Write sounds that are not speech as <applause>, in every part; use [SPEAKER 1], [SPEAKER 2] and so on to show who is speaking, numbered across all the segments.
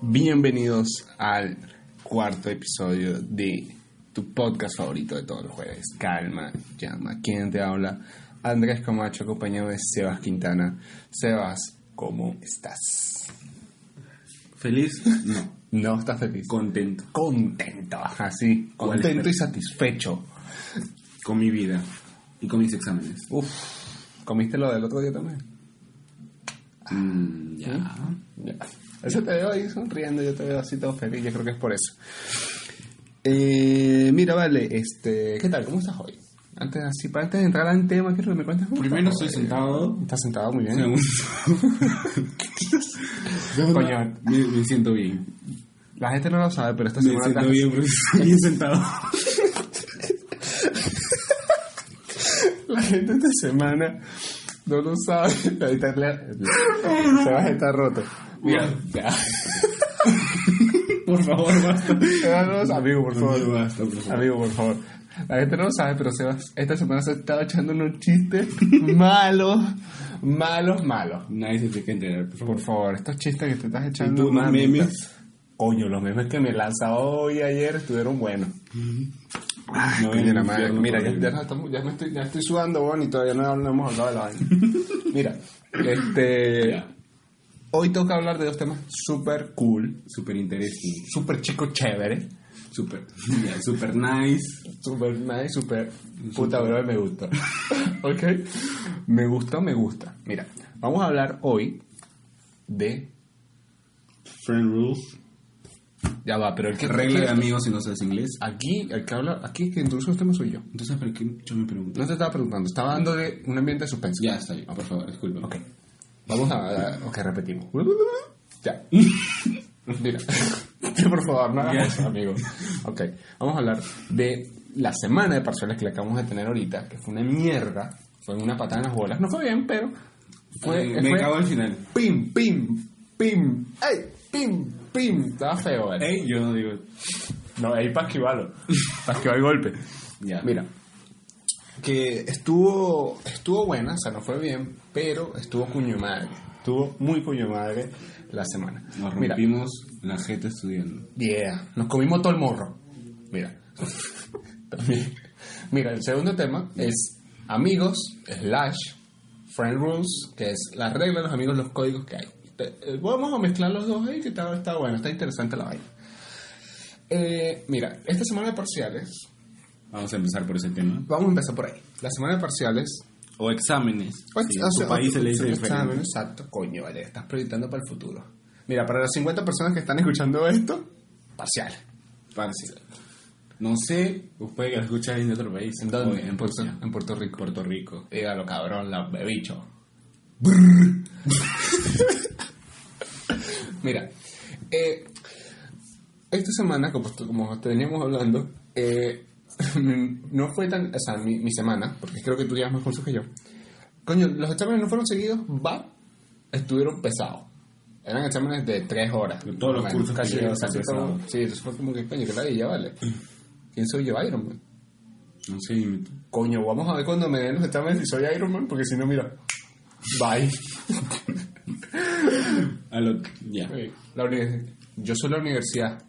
[SPEAKER 1] Bienvenidos al cuarto episodio de tu podcast favorito de todos los jueves. Calma, llama. ¿Quién te habla? Andrés Camacho, acompañado de Sebas Quintana. Sebas, ¿cómo estás? <laughs>
[SPEAKER 2] ¿Feliz? No.
[SPEAKER 1] ¿No estás feliz?
[SPEAKER 2] Contento.
[SPEAKER 1] Contento, así.
[SPEAKER 2] ¿Cuál
[SPEAKER 1] Ah, Contento y
[SPEAKER 2] espera?
[SPEAKER 1] satisfecho.
[SPEAKER 2] Con mi vida. Y con mis exámenes.
[SPEAKER 1] Uf, ¿comiste lo del otro día también?
[SPEAKER 2] Mm, ya.
[SPEAKER 1] Ya. Eso te veo ahí sonriendo, yo te veo así todo feliz, yo creo que es por eso. Eh, mira, vale, este, ¿qué tal? ¿Cómo estás hoy? Antes, así, para antes de entrar al tema, quiero que me cuentes. cómo
[SPEAKER 2] Primero
[SPEAKER 1] estás
[SPEAKER 2] estoy
[SPEAKER 1] hoy.
[SPEAKER 2] sentado.
[SPEAKER 1] Estás sentado muy bien.
[SPEAKER 2] Coño, me, me siento bien.
[SPEAKER 1] La gente no lo sabe, pero esta
[SPEAKER 2] Me
[SPEAKER 1] semana
[SPEAKER 2] siento
[SPEAKER 1] estás-
[SPEAKER 2] bien porque estoy bien sentado.
[SPEAKER 1] <laughs> la gente esta semana no lo sabe. <laughs> Ahorita
[SPEAKER 2] <laughs>
[SPEAKER 1] le- se va a estar roto.
[SPEAKER 2] Mira, <laughs> por favor, basta.
[SPEAKER 1] Sebas, no lo sabe. amigo, por favor.
[SPEAKER 2] Amigo, basta, por favor.
[SPEAKER 1] Amigo, por favor. La gente no lo sabe, pero Sebas esta semana se estaba echando unos chistes <laughs> malos, malos, malos.
[SPEAKER 2] Nadie se tiene que enterar, por favor.
[SPEAKER 1] Por favor, estos chistes que te estás
[SPEAKER 2] ¿Y
[SPEAKER 1] echando.
[SPEAKER 2] tú, más
[SPEAKER 1] mamita.
[SPEAKER 2] memes?
[SPEAKER 1] Coño, los memes que me lanzaba hoy y ayer estuvieron buenos. Ay,
[SPEAKER 2] No,
[SPEAKER 1] coño,
[SPEAKER 2] en el
[SPEAKER 1] la madre.
[SPEAKER 2] infierno,
[SPEAKER 1] Mira, ya,
[SPEAKER 2] horrible.
[SPEAKER 1] ya no estamos- ya me estoy, ya estoy sudando, bueno, y todavía no, no hemos hablado de la
[SPEAKER 2] <laughs>
[SPEAKER 1] vaina. Mira, este.
[SPEAKER 2] Ya.
[SPEAKER 1] Hoy toca hablar de dos temas súper cool,
[SPEAKER 2] Super interesting.
[SPEAKER 1] súper chico chévere,
[SPEAKER 2] Super, <laughs> ya, super nice.
[SPEAKER 1] súper nice, súper puta, bro, me
[SPEAKER 2] <laughs>
[SPEAKER 1] gusta. ok, me gusta, me gusta. Mira, vamos a hablar hoy de.
[SPEAKER 2] Friend rules.
[SPEAKER 1] Ya va, pero el que.
[SPEAKER 2] Regla de amigos si no sabes inglés.
[SPEAKER 1] Aquí, el que habla, aquí el que introduce los temas soy yo.
[SPEAKER 2] Entonces, ¿para qué yo me pregunto?
[SPEAKER 1] No te estaba preguntando, estaba dando de un ambiente de suspenso.
[SPEAKER 2] Ya, está bien. Ah, Por favor, disculpa.
[SPEAKER 1] Ok. Vamos a. a- Ok, repetimos. Ya. <laughs> Mira. <laughs> Por favor, no hagas eso, amigo. Ok. Vamos a hablar de la semana de parciales que le acabamos de tener ahorita, que fue una mierda. Fue una patada en las bolas. No fue bien, pero. Fue.
[SPEAKER 2] Eh, me
[SPEAKER 1] fue
[SPEAKER 2] cago al final.
[SPEAKER 1] Pim, pim, pim. ¡Ey! ¡Pim, pim! Estaba feo, ¿vale?
[SPEAKER 2] Ey, yo no digo.
[SPEAKER 1] No, ahí para esquivarlo. Para esquivar el golpe.
[SPEAKER 2] Ya.
[SPEAKER 1] Mira. Que estuvo, estuvo buena, o sea, no fue bien, pero estuvo cuño madre. Estuvo muy cuño madre la semana.
[SPEAKER 2] Nos
[SPEAKER 1] Mira.
[SPEAKER 2] rompimos la jeta estudiando.
[SPEAKER 1] Yeah. Nos comimos todo el morro. Mira. <laughs> También. Mira, el segundo tema es amigos, slash, friend rules, que es la regla de los amigos, los códigos que hay. Te- eh, Vamos a mezclar los dos ahí, que está, está bueno, está interesante la vaina. Eh, mira, esta semana de parciales,
[SPEAKER 2] Vamos a empezar por ese tema.
[SPEAKER 1] vamos a empezar por ahí. La semana de parciales
[SPEAKER 2] O exámenes.
[SPEAKER 1] O ex-
[SPEAKER 2] Sí,
[SPEAKER 1] Pues, o
[SPEAKER 2] en
[SPEAKER 1] sea,
[SPEAKER 2] su país se le dice
[SPEAKER 1] otro
[SPEAKER 2] diferente.
[SPEAKER 1] examen, Exacto, coño, vale, estás proyectando para el futuro. Mira, para las 50 personas que están escuchando esto, parcial.
[SPEAKER 2] Parce. No sé, o puede que lo escuche alguien de otro país. O En Puerto,
[SPEAKER 1] en Puerto Rico.
[SPEAKER 2] Puerto Rico.
[SPEAKER 1] Dígalo, cabrón, la bicho. <laughs> Mira, eh, esta semana, como, estu- como teníamos hablando, eh, <laughs> no fue tan. O sea, mi, mi semana, porque creo que tú llevas más cursos que yo. Coño, los exámenes no fueron seguidos, va, estuvieron pesados. Eran exámenes de tres horas.
[SPEAKER 2] De todos los
[SPEAKER 1] Bueno,
[SPEAKER 2] cursos que
[SPEAKER 1] casi,
[SPEAKER 2] llevas
[SPEAKER 1] casi
[SPEAKER 2] han
[SPEAKER 1] todo.
[SPEAKER 2] pesado.
[SPEAKER 1] Sí, entonces fue como que, coño, que la ya
[SPEAKER 2] <clears throat>
[SPEAKER 1] vale. ¿Quién soy yo, Iron Man?
[SPEAKER 2] No sé, dime tú.
[SPEAKER 1] Coño, vamos a ver cuando me den los exámenes si soy Iron Man, porque si no, mira. Bye.
[SPEAKER 2] A lo- Ya.
[SPEAKER 1] La uni- Yo soy la universidad,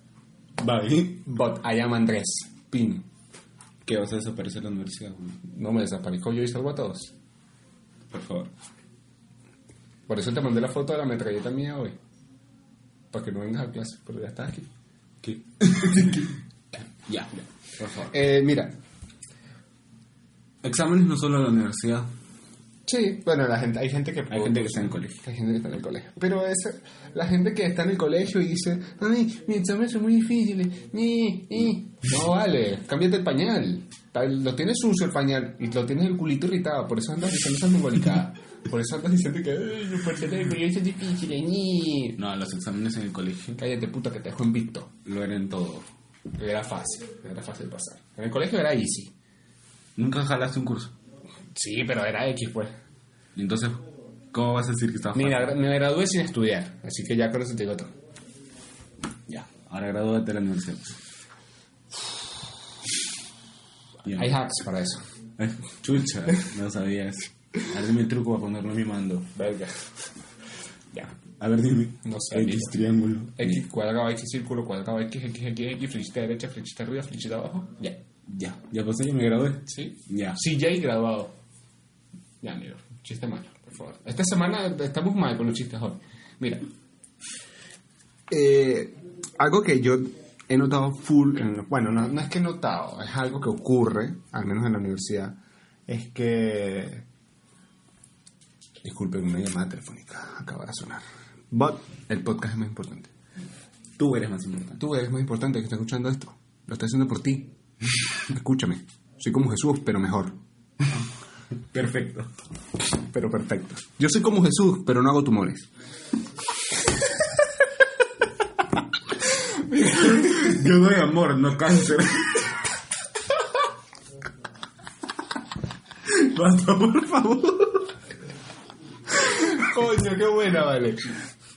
[SPEAKER 2] Bye.
[SPEAKER 1] but I am Andrés. Pin.
[SPEAKER 2] Que ¿eh? vas a desaparecer la universidad, güey.
[SPEAKER 1] No me desaparezco yo y salvo a todos.
[SPEAKER 2] Por favor.
[SPEAKER 1] Por eso te mandé la foto de la metralleta mía hoy. Para que no vengas a clase, pero ya estás aquí.
[SPEAKER 2] ¿Qué? <laughs> ya, ya. Por favor.
[SPEAKER 1] Eh, mira.
[SPEAKER 2] Exámenes no solo en la universidad.
[SPEAKER 1] Sí, bueno, la gente, hay gente que...
[SPEAKER 2] Hay gente que está en el colegio.
[SPEAKER 1] Hay gente que está en el colegio. Pero es la gente que está en el colegio y dice, ay, mis exámenes son muy difíciles. Ni, ni". No vale, cámbiate el pañal. Tal- Lo tienes sucio el pañal y lo tienes el culito irritado. Por eso andas diciendo esas mongolicadas. Por eso andas diciendo que, ay, no puede ser, pero eso es difícil. Ni.
[SPEAKER 2] No, los exámenes en el colegio
[SPEAKER 1] Cállate, puta, que te dejo invicto.
[SPEAKER 2] lo eran todo.
[SPEAKER 1] Era fácil, era fácil pasar. En el colegio era easy.
[SPEAKER 2] Nunca jalaste un curso.
[SPEAKER 1] Sí, pero era X, pues.
[SPEAKER 2] Entonces, ¿cómo vas a decir que estaba fácil?
[SPEAKER 1] Mira, me gradué sin estudiar, así que ya con eso te digo todo.
[SPEAKER 2] Ya, ahora gradúate de la universidad. Ya.
[SPEAKER 1] Hay hacks para eso.
[SPEAKER 2] Ay, Chucha, no sabías. Ahora dime el truco para ponerlo en mi mando.
[SPEAKER 1] Verga. ya.
[SPEAKER 2] A ver, dime.
[SPEAKER 1] No sé,
[SPEAKER 2] X
[SPEAKER 1] amigo.
[SPEAKER 2] triángulo.
[SPEAKER 1] X cuadrado, X círculo, cuadrado, X, X, X, X, flechita derecha, flechita arriba, flechita abajo. Ya.
[SPEAKER 2] Ya, ya pasé, ya me gradué.
[SPEAKER 1] ¿Sí?
[SPEAKER 2] Ya.
[SPEAKER 1] CJ graduado. Ya, amigo. Chiste malo, por favor. Esta semana estamos mal con los chistes hoy. Mira. Eh, algo que yo he notado full, en- bueno, no, no es que he notado, es algo que ocurre, al menos en la universidad, es que... Disculpen, una llamada telefónica acaba de sonar. But el podcast es más importante.
[SPEAKER 2] Tú eres más importante.
[SPEAKER 1] Tú eres más importante que está escuchando esto. Lo estoy haciendo por ti. Escúchame. Soy como Jesús, pero mejor.
[SPEAKER 2] Perfecto.
[SPEAKER 1] Pero perfecto. Yo soy como Jesús, pero no hago tumores.
[SPEAKER 2] Yo doy amor, no cáncer.
[SPEAKER 1] <laughs>
[SPEAKER 2] Basta, por favor.
[SPEAKER 1] Coño, qué buena, <laughs> vale.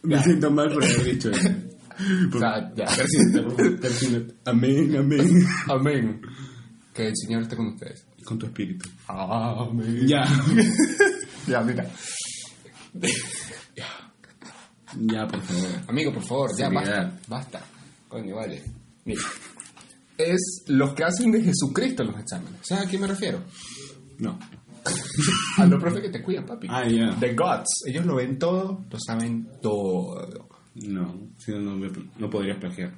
[SPEAKER 2] Me siento mal por haber dicho <laughs> eso.
[SPEAKER 1] O sea, ya.
[SPEAKER 2] Persínate, por favor, persínate. Amén, amén.
[SPEAKER 1] Amén. Que el Señor esté con ustedes.
[SPEAKER 2] Con tu <laughs> espíritu.
[SPEAKER 1] Amén.
[SPEAKER 2] Ya.
[SPEAKER 1] Ya, mira.
[SPEAKER 2] Ya, por favor.
[SPEAKER 1] Amigo, por favor, ya,
[SPEAKER 2] Seriedad.
[SPEAKER 1] basta. Basta. Coño, vale. Mira. Es los que hacen de Jesucristo los exámenes. ¿Sabes a quién me refiero?
[SPEAKER 2] No.
[SPEAKER 1] A los profes que te cuidan, papi.
[SPEAKER 2] Ah, ya.
[SPEAKER 1] The Gods. Ellos lo ven todo, lo saben todo.
[SPEAKER 2] No, si no, no, me- no podrías plagiar.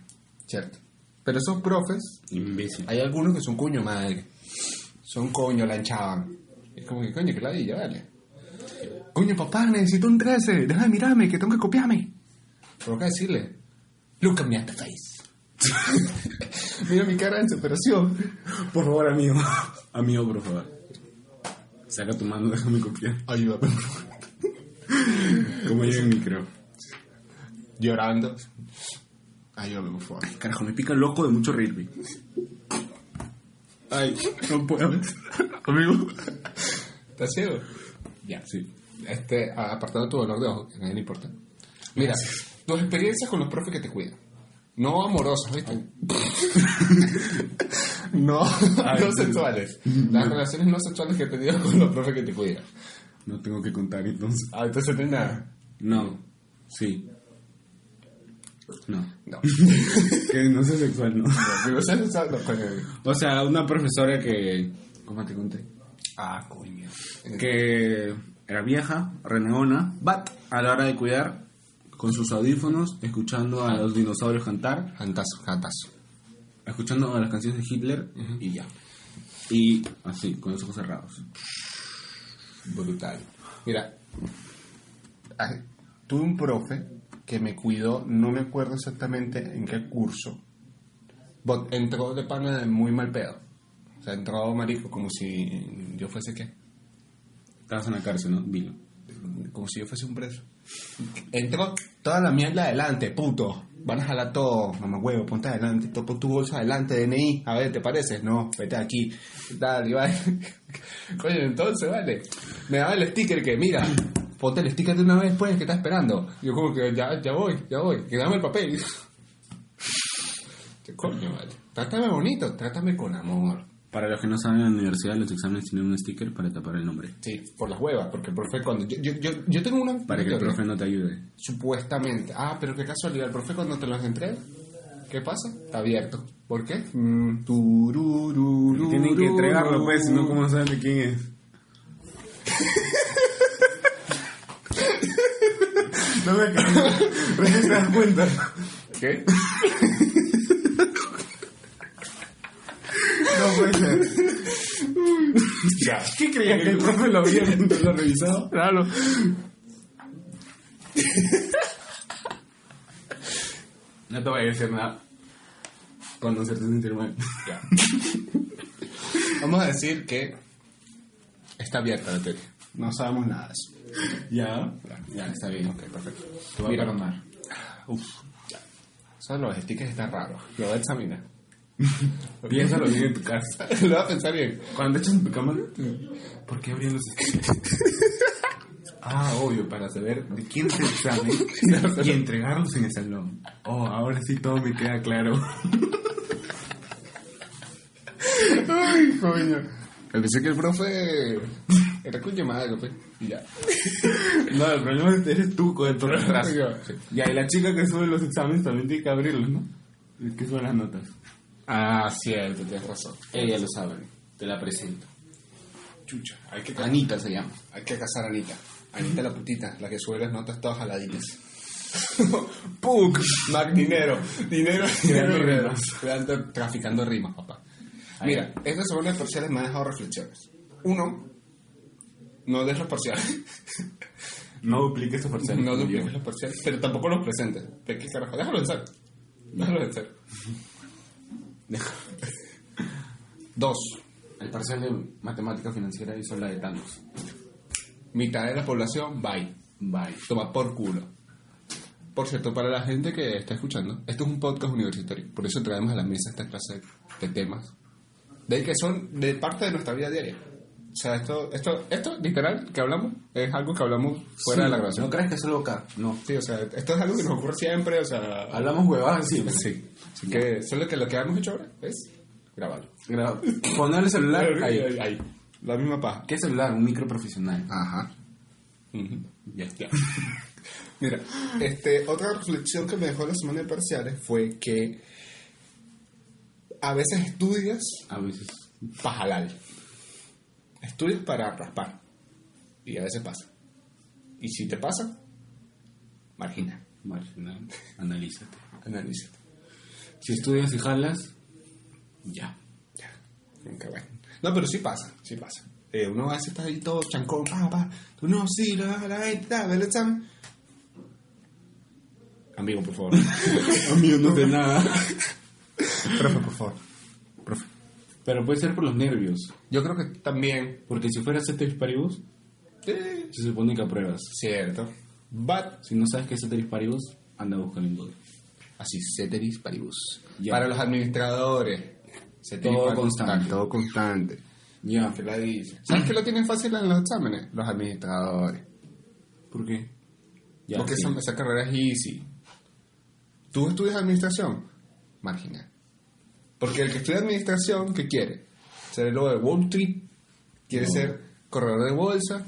[SPEAKER 1] Cierto. Pero esos profes,
[SPEAKER 2] Imbécil.
[SPEAKER 1] hay algunos que son coño madre. Son coño, lanchaban. Es como que coño, que ladilla, dale. Coño, papá, necesito un 13. Deja de mirarme, que tengo que copiarme. Tengo que decirle, look at me at the face. <laughs> Mira mi cara de superación.
[SPEAKER 2] Por favor, amigo. Amigo, por favor. Saca tu mano, déjame copiar.
[SPEAKER 1] Ayúdame.
[SPEAKER 2] Como yo en el micro.
[SPEAKER 1] Llorando. Ayúdame, por favor.
[SPEAKER 2] Carajo, me pica el ojo de mucho reírme. Ay, no puedo.
[SPEAKER 1] Amigo. ¿Estás ciego? Ya.
[SPEAKER 2] Sí.
[SPEAKER 1] este, a- apartando tu dolor de ojo, que a nadie le importa. Mira, tus experiencias con los profes que te cuidan. No amorosas, ¿viste? <laughs> no, no sexuales. Las relaciones no sexuales que he tenido con los profes que te cuidan.
[SPEAKER 2] No tengo que contar entonces.
[SPEAKER 1] Ah, entonces no hay nada.
[SPEAKER 2] No. Sí. No.
[SPEAKER 1] No.
[SPEAKER 2] Que no sea sexual, no.
[SPEAKER 1] Digo, ¿sabes sexual? No, coño.
[SPEAKER 2] O sea, una profesora que. ¿Cómo te conté?
[SPEAKER 1] Ah, coño.
[SPEAKER 2] Que era vieja, renegona, but a la hora de cuidar, con sus audífonos, escuchando a los dinosaurios cantar.
[SPEAKER 1] Cantazo, cantazo.
[SPEAKER 2] escuchando las canciones de Hitler y ya. Y así, con los ojos cerrados.
[SPEAKER 1] Brutal. Mira, ah, tuve un profe que me cuidó, no me acuerdo exactamente en qué curso, but entró de pana de muy mal pedo. O sea, entró marico como si yo fuese qué,
[SPEAKER 2] Estabas en la cárcel, ¿no? Vilo.
[SPEAKER 1] como si yo fuese un preso. Entró toda la mierda adelante, puto. Van a jalar todo, mamá huevo, ponte adelante, to- pon tu bolsa adelante, DNI, a ver, ¿te parece? No, vete de aquí, dale, <laughs> vale. Coño, entonces, vale. Me daba el sticker que, mira, ponte el sticker de una vez, pues, que está esperando. Yo como que, ya, ya voy, ya voy, que dame el papel. <laughs> ¿Qué coño, vale? Trátame bonito, trátame con amor.
[SPEAKER 2] Para los que no saben, en la universidad los exámenes tienen un sticker para tapar el nombre.
[SPEAKER 1] Sí, por las huevas, porque el profe cuando... Yo, yo, yo, yo tengo una...
[SPEAKER 2] Para que el
[SPEAKER 1] teoría.
[SPEAKER 2] profe no te ayude.
[SPEAKER 1] Supuestamente. Ah, pero qué casualidad. El profe cuando te los entrega, ¿qué pasa? Está abierto. ¿Por qué? Mm, tururururu.
[SPEAKER 2] Tienen que entregarlo, pues, no como no saben de quién es. <laughs> no me acabo. te das cuenta. <laughs>
[SPEAKER 1] ¿Qué?
[SPEAKER 2] No puede ser.
[SPEAKER 1] Ya.
[SPEAKER 2] pues, ¿Qué creías que el profe lo había lo revisado?
[SPEAKER 1] Claro.
[SPEAKER 2] No te voy a decir nada. Con no hacerte sentir mal.
[SPEAKER 1] Ya. Vamos a decir que está abierta la teoría. No sabemos nada de eso.
[SPEAKER 2] Ya, ya, está bien.
[SPEAKER 1] Ok, perfecto.
[SPEAKER 2] Te voy a
[SPEAKER 1] Mira.
[SPEAKER 2] calmar.
[SPEAKER 1] Uf. Ya. Solo los stickers están raros. Lo voy a examinar. <laughs>
[SPEAKER 2] Piénsalo bien en tu casa.
[SPEAKER 1] Lo voy a pensar bien.
[SPEAKER 2] Cuando echas en tu cámara, ¿por qué abrían los Ah, obvio, para saber de quién se examen y entregarlos en el salón. Oh, ahora sí todo me queda claro.
[SPEAKER 1] Ay, coño. Pensé que el profe Era coño madre, pues. Y ya.
[SPEAKER 2] No, el problema es- eres tú con
[SPEAKER 1] <laughs>
[SPEAKER 2] el
[SPEAKER 1] Sí.
[SPEAKER 2] atrás. Ya, y la chica que sube los exámenes también tiene que abrirlos, ¿no? El que sube las notas.
[SPEAKER 1] Ah, cierto, tienes razón.
[SPEAKER 2] Ella lo sabe, te la presento.
[SPEAKER 1] Chucha, hay que, ca-
[SPEAKER 2] Anita se llama.
[SPEAKER 1] hay que casar a Anita. Anita la putita, la que sube las notas todas jaladitas. <laughs> ¡Puk! Mac, dinero. Dinero, dinero,
[SPEAKER 2] Creando
[SPEAKER 1] dinero.
[SPEAKER 2] rimas.
[SPEAKER 1] Creando- Traficando rimas, papá.
[SPEAKER 2] Ahí.
[SPEAKER 1] Mira, estas segundas parciales me han dejado reflexiones. Uno, no des los parciales.
[SPEAKER 2] No dupliques esos parciales.
[SPEAKER 1] No
[SPEAKER 2] como
[SPEAKER 1] dupliques
[SPEAKER 2] yo.
[SPEAKER 1] los parciales, pero tampoco los presentes. ¿De qué carajo? Déjalo en cero. Déjalo en cero. <laughs> Dos,
[SPEAKER 2] El parcial de matemática financiera hizo la de Thanos.
[SPEAKER 1] mitad de la población, bye.
[SPEAKER 2] Bye.
[SPEAKER 1] Toma por culo. Por cierto, para la gente que está escuchando, esto es un podcast universitario. Por eso traemos a la mesa esta clase de temas. De que son de parte de nuestra vida diaria. O sea, esto, esto, esto literal que hablamos es algo que hablamos fuera
[SPEAKER 2] Sí,
[SPEAKER 1] de la grabación.
[SPEAKER 2] No crees que es solo acá. No.
[SPEAKER 1] Sí, o sea, esto es algo que nos ocurre siempre, o sea,
[SPEAKER 2] Hablamos huevadas siempre.
[SPEAKER 1] Sí. Así que solo que lo que hemos hecho ahora es grabarlo.
[SPEAKER 2] Graba. Poner el <laughs> celular ahí.
[SPEAKER 1] ahí. La misma paja.
[SPEAKER 2] ¿Qué celular? Un micro profesional.
[SPEAKER 1] Ajá.
[SPEAKER 2] Ya.
[SPEAKER 1] Ah, Ya. <gasps> Mira, este, otra reflexión que me dejó la semana de parciales fue que a veces estudias
[SPEAKER 2] A veces.
[SPEAKER 1] para jalar. Estudias para raspar. Y a veces pasa. Y si te pasa, margina.
[SPEAKER 2] Marginal. Analízate.
[SPEAKER 1] Analízate.
[SPEAKER 2] Si estudias y jalas, ya.
[SPEAKER 1] Ya, nunca bueno. No, pero sí pasa, sí pasa. Eh, uno a veces está ahí todo chancón, pa, pa. Tú no, sí, la, la, la, la, la, el examen. Amigo, por favor.
[SPEAKER 2] Amigo, no sé nada.
[SPEAKER 1] <laughs> Profe, por favor. Profe.
[SPEAKER 2] Pero puede ser por los nervios.
[SPEAKER 1] Yo creo que también.
[SPEAKER 2] Porque si fuera ceteris paribus,
[SPEAKER 1] eh,
[SPEAKER 2] se supone que apruebas.
[SPEAKER 1] cierto. But,
[SPEAKER 2] Si no sabes qué es ceteris paribus, anda a buscar en Google.
[SPEAKER 1] así, ceteris paribus.
[SPEAKER 2] Ya.
[SPEAKER 1] Para los administradores. Ceteris
[SPEAKER 2] Todo
[SPEAKER 1] paribus.
[SPEAKER 2] constante.
[SPEAKER 1] Todo constante.
[SPEAKER 2] Ya.
[SPEAKER 1] Que la dice. ¿Sabes qué lo tienen fácil en los exámenes? Los administradores.
[SPEAKER 2] ¿Por qué? Ya,
[SPEAKER 1] Porque
[SPEAKER 2] sí.
[SPEAKER 1] esa, esa carrera es easy. ¿Tú estudias administración? Marginal. Porque el que estudia administración, ¿qué quiere? Ser el lobo de Wall Street, quiere
[SPEAKER 2] No.
[SPEAKER 1] ser corredor de bolsa,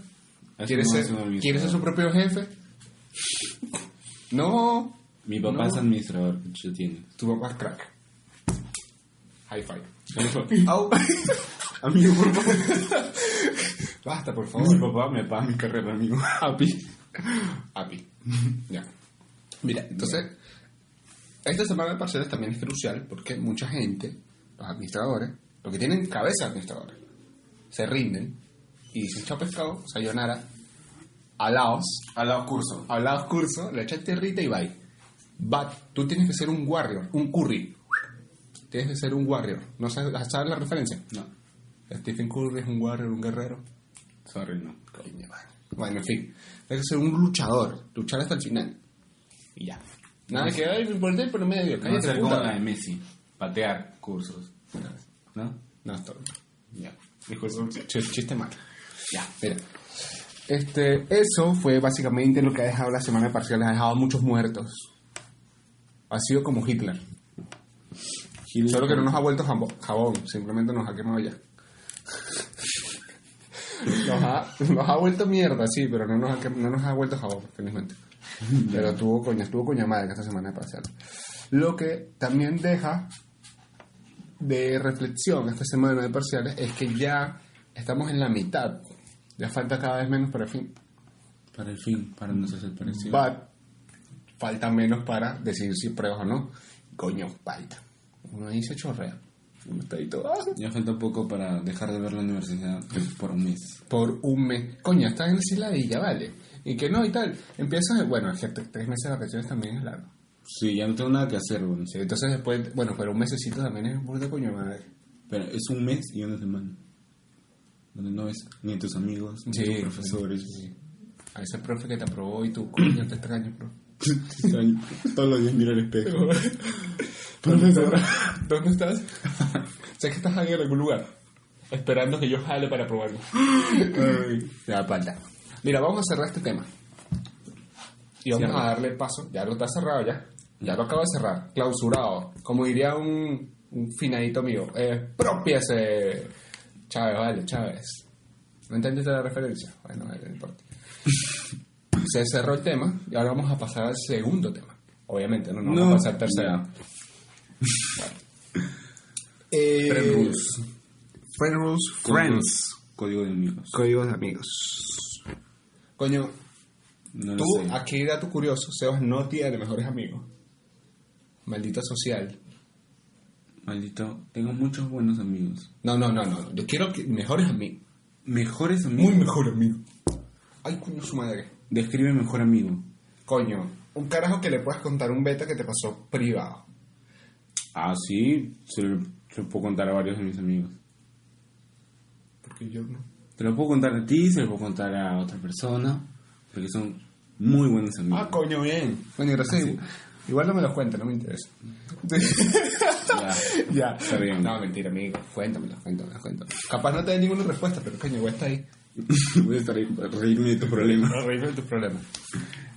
[SPEAKER 2] Eso
[SPEAKER 1] quiere
[SPEAKER 2] no
[SPEAKER 1] ser,
[SPEAKER 2] es un administrador.
[SPEAKER 1] quiere ser su propio jefe. No,
[SPEAKER 2] Mi papá
[SPEAKER 1] No.
[SPEAKER 2] es administrador, yo tiene.
[SPEAKER 1] tu papá es crack. High five. <laughs>
[SPEAKER 2] Au. Amigo, por favor.
[SPEAKER 1] Basta, por
[SPEAKER 2] Mi
[SPEAKER 1] favor.
[SPEAKER 2] papá me paga <laughs> mi carrera, amigo. Api.
[SPEAKER 1] Api. Ya. Mira, entonces, esta semana de parciales también es crucial porque mucha gente, los administradores, los que tienen cabeza de administradores, se rinden y dicen chao pescado, sayonara, alaos,
[SPEAKER 2] A los cursos.
[SPEAKER 1] alaos curso, le echas tierrita y bye. But tú tienes que ser un warrior, un curry. Tienes que ser un warrior. ¿No sabes, sabes la referencia?
[SPEAKER 2] No.
[SPEAKER 1] Stephen Curry es un warrior, un guerrero.
[SPEAKER 2] Sorry, no.
[SPEAKER 1] Coño, vale. Bueno, en fin. Hay que ser un luchador. Luchar hasta el final. Y ya. Nada que ver, me importa el promedio.
[SPEAKER 2] Vamos a
[SPEAKER 1] Cállate,
[SPEAKER 2] hacer como la
[SPEAKER 1] puta.
[SPEAKER 2] de Messi. Patear cursos. ¿No?
[SPEAKER 1] No, está bien.
[SPEAKER 2] Ya.
[SPEAKER 1] Ch- Chiste mal. Ya, mira. Este, eso fue básicamente lo que ha dejado la semana de parciales. Ha dejado muchos muertos. Ha sido como Hitler. Solo que no nos ha vuelto jambo- jabón. Simplemente nos ha quemado ya. Nos ha, nos ha vuelto mierda, sí, pero no nos ha, quem- no nos ha vuelto jabón, felizmente. Pero tuvo coña, estuvo coña madre esta semana de parcial. Lo que también deja de reflexión esta semana de parciales es que ya estamos en la mitad. Ya falta cada vez menos para el fin.
[SPEAKER 2] Para el fin, para no ser parecido.
[SPEAKER 1] But falta menos para decidir si pruebas o no. Coño, falta. Uno ahí se chorrea. Uno está ahí todo. "Ah,
[SPEAKER 2] Ya falta poco para dejar de ver la universidad pues, por un mes.
[SPEAKER 1] por un mes. Coño, estás en esa ladilla, vale. Y que no, y tal. Empiezas, bueno, es que t- tres meses de vacaciones también es largo.
[SPEAKER 2] Sí, ya no tengo nada que hacer, bueno.
[SPEAKER 1] Sí, entonces después, bueno, pero un mesecito también es burda coño de madre.
[SPEAKER 2] Pero es un mes y una semana. Donde no ves ni a tus amigos, ni
[SPEAKER 1] Sí,
[SPEAKER 2] a tus profesores.
[SPEAKER 1] A ese profe que te aprobó y tú, coño, te extraño, bro.
[SPEAKER 2] Extraño. <laughs> Todos los días miro al espejo. Profesor.
[SPEAKER 1] <laughs> ¿Dónde estás? sé que estás ahí en algún lugar, esperando que yo jale para probarlo.
[SPEAKER 2] Ay.
[SPEAKER 1] Te da falta. Mira, vamos a cerrar este tema. Y vamos
[SPEAKER 2] Cierra.
[SPEAKER 1] a darle paso. Ya lo está cerrado, ya. Ya lo acabo de cerrar. Clausurado. Como diría un, un finadito mío. Eh, propiese. Chávez, vale, Chávez. ¿No entendiste la referencia? Bueno, no <laughs> importa. Se cerró el tema y ahora vamos a pasar al segundo tema. Obviamente, no, no,
[SPEAKER 2] No.
[SPEAKER 1] vamos a pasar al tercero.
[SPEAKER 2] Eh,
[SPEAKER 1] Friend rules. Friend rules.
[SPEAKER 2] Friends. Código de amigos.
[SPEAKER 1] Códigos de amigos. Coño,
[SPEAKER 2] No lo
[SPEAKER 1] tú,
[SPEAKER 2] sé.
[SPEAKER 1] aquí dato curioso, Sebas no tiene mejores amigos. Maldita social.
[SPEAKER 2] Maldito, tengo muchos buenos amigos.
[SPEAKER 1] No, no, no, no. Yo quiero que mejores amigos.
[SPEAKER 2] Mejores amigos.
[SPEAKER 1] Muy mejor amigo. Ay, coño, su madre.
[SPEAKER 2] Describe mejor amigo.
[SPEAKER 1] Coño, un carajo que le puedas contar un beta que te pasó privado.
[SPEAKER 2] Ah, sí, se lo, se lo puedo contar a varios de mis amigos.
[SPEAKER 1] Porque yo no.
[SPEAKER 2] Te lo puedo contar a ti, se lo puedo contar a otra persona, porque son muy buenos amigos.
[SPEAKER 1] Ah, coño, bien. Bueno,
[SPEAKER 2] Ah,
[SPEAKER 1] gracias. Igual no me los cuentes, no me
[SPEAKER 2] <laughs>
[SPEAKER 1] interesa.
[SPEAKER 2] Ya.
[SPEAKER 1] ya.
[SPEAKER 2] Está bien.
[SPEAKER 1] No, mentira, amigo. Cuéntamelo, cuéntamelo, cuéntamelo. Capaz no te dé ninguna respuesta, pero coño, igual está ahí.
[SPEAKER 2] Voy a estar ahí para reírme de tu problema. <laughs>
[SPEAKER 1] Para reírme de tus problemas.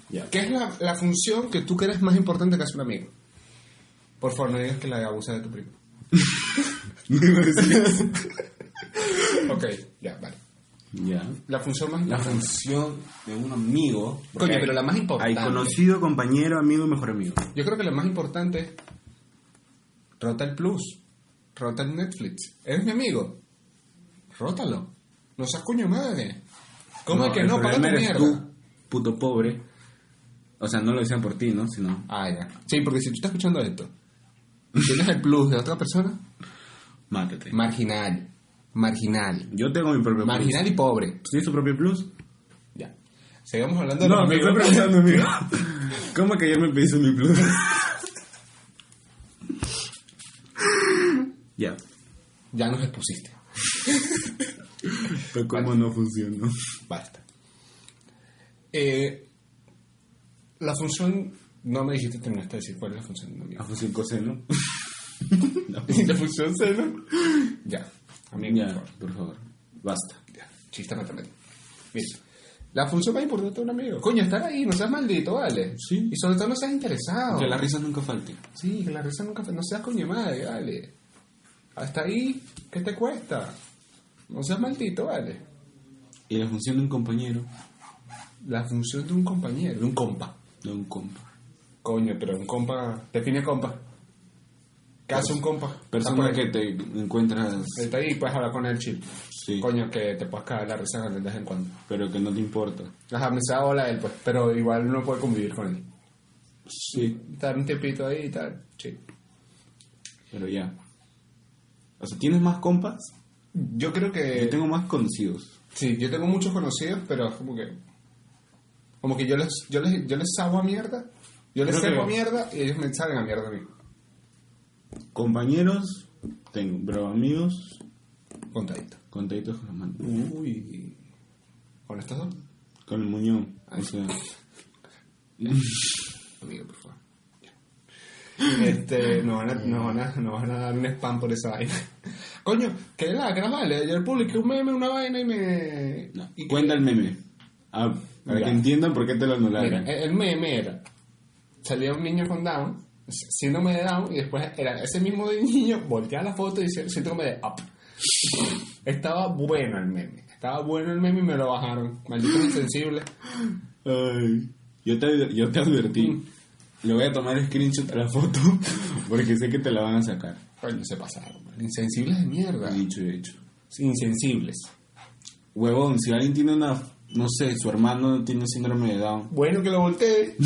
[SPEAKER 2] Ya.
[SPEAKER 1] ¿Qué es la, la función que tú crees más importante que hace un amigo? Por favor, no digas que la abusa de tu primo. ok, ya, vale.
[SPEAKER 2] ya.
[SPEAKER 1] La función más
[SPEAKER 2] La
[SPEAKER 1] importante.
[SPEAKER 2] función de un amigo.
[SPEAKER 1] Coño, pero la más
[SPEAKER 2] Hay
[SPEAKER 1] importante.
[SPEAKER 2] conocido, compañero, amigo y mejor amigo.
[SPEAKER 1] Yo creo que lo más importante es rota el plus, rota el Netflix. ¿Eres mi amigo? Rótalo. No seas coño madre. ¿Cómo es que
[SPEAKER 2] el
[SPEAKER 1] no? Paga tu
[SPEAKER 2] problema eres
[SPEAKER 1] mierda.
[SPEAKER 2] tú, puto pobre. O sea, no lo decían por ti, ¿no? Sino,
[SPEAKER 1] Ah, ya. Sí, porque si tú estás escuchando esto, y tienes el plus de otra persona,
[SPEAKER 2] mátate.
[SPEAKER 1] marginal, marginal,
[SPEAKER 2] Yo tengo mi propio
[SPEAKER 1] marginal y pobre.
[SPEAKER 2] plus. ¿Tienes tu propio plus?
[SPEAKER 1] Ya. Seguimos hablando de
[SPEAKER 2] No,
[SPEAKER 1] los
[SPEAKER 2] me estoy
[SPEAKER 1] amigos.
[SPEAKER 2] preguntando, amigo. <laughs> ¿Cómo que ayer me pediste mi plus? <laughs> ya.
[SPEAKER 1] Ya nos expusiste.
[SPEAKER 2] Pero cómo no funcionó.
[SPEAKER 1] Basta. Eh, la función... No me dijiste, terminaste de decir cuál es la función de un amigo.
[SPEAKER 2] <laughs> A función coseno.
[SPEAKER 1] la función cero. Ya, amigo,
[SPEAKER 2] ya,
[SPEAKER 1] por favor.
[SPEAKER 2] por favor. Basta.
[SPEAKER 1] Ya, chiste matemático. Mira, la función más importante de un amigo. Coño, estar ahí, no seas maldito, ¿vale?
[SPEAKER 2] Sí.
[SPEAKER 1] Y sobre todo no seas interesado.
[SPEAKER 2] Que la risa nunca falte.
[SPEAKER 1] Sí, que la risa nunca... No seas coño madre, ¿vale? Hasta ahí, ¿qué te cuesta? No seas maldito, ¿vale?
[SPEAKER 2] Y la función de un compañero,
[SPEAKER 1] La función de un compañero, de un compa.
[SPEAKER 2] de un compa.
[SPEAKER 1] Coño, pero un compa... Define compa. ¿Qué hace un compa?
[SPEAKER 2] Persona
[SPEAKER 1] Está por
[SPEAKER 2] que
[SPEAKER 1] ahí.
[SPEAKER 2] te encuentras,
[SPEAKER 1] Está ahí y puedes hablar con él, chill.
[SPEAKER 2] sí,
[SPEAKER 1] Coño, que te puedes cagar la risa de vez en cuando.
[SPEAKER 2] pero que no te importa.
[SPEAKER 1] Ajá, me se da bola él, pues, pero igual no puede convivir con él.
[SPEAKER 2] Sí,
[SPEAKER 1] Estar un tiempito ahí y tal, sí.
[SPEAKER 2] pero ya. O sea, ¿tienes más compas?
[SPEAKER 1] Yo creo que...
[SPEAKER 2] Yo tengo más conocidos.
[SPEAKER 1] Sí, yo tengo muchos conocidos, pero es como que... Como que yo les, yo les, yo les sabo a mierda, yo les
[SPEAKER 2] Creo que-
[SPEAKER 1] sabo a mierda y ellos me saben a mierda a mí.
[SPEAKER 2] Compañeros, tengo, pero amigos,
[SPEAKER 1] Contadito.
[SPEAKER 2] contaditos con la mano.
[SPEAKER 1] Uy. ¿Con estos dos?
[SPEAKER 2] Con el muñón, o sea, <laughs>
[SPEAKER 1] Amigo, por
[SPEAKER 2] <gasps>
[SPEAKER 1] favor. Ya. Este, nos van, a, nos van a- nos van a dar un spam por esa vaina. <laughs> Coño, qué lacra, vale. Ayer publiqué un meme, una vaina y me...
[SPEAKER 2] no.
[SPEAKER 1] y-
[SPEAKER 2] Cuenta el meme. Ah, para
[SPEAKER 1] Ya.
[SPEAKER 2] que entiendan por qué te lo
[SPEAKER 1] Mira, eh.
[SPEAKER 2] anularon.
[SPEAKER 1] el el meme era, salía un niño con Down, s- síndrome de Down, y después era ese mismo niño, volteaba la foto y decía síndrome de Up. Estaba bueno el meme, estaba bueno el meme y me lo bajaron. Malditos insensibles.
[SPEAKER 2] Ay, yo, te, yo te
[SPEAKER 1] Mm.
[SPEAKER 2] advertí. Le voy a tomar screenshot a la foto <laughs> porque sé que te la van a sacar.
[SPEAKER 1] Coño, se pasaron. man. Insensibles de mierda.
[SPEAKER 2] Dicho y hecho.
[SPEAKER 1] Insensibles.
[SPEAKER 2] Huevón, si alguien tiene una. No sé, su hermano tiene síndrome de Down.
[SPEAKER 1] Bueno que lo volteé.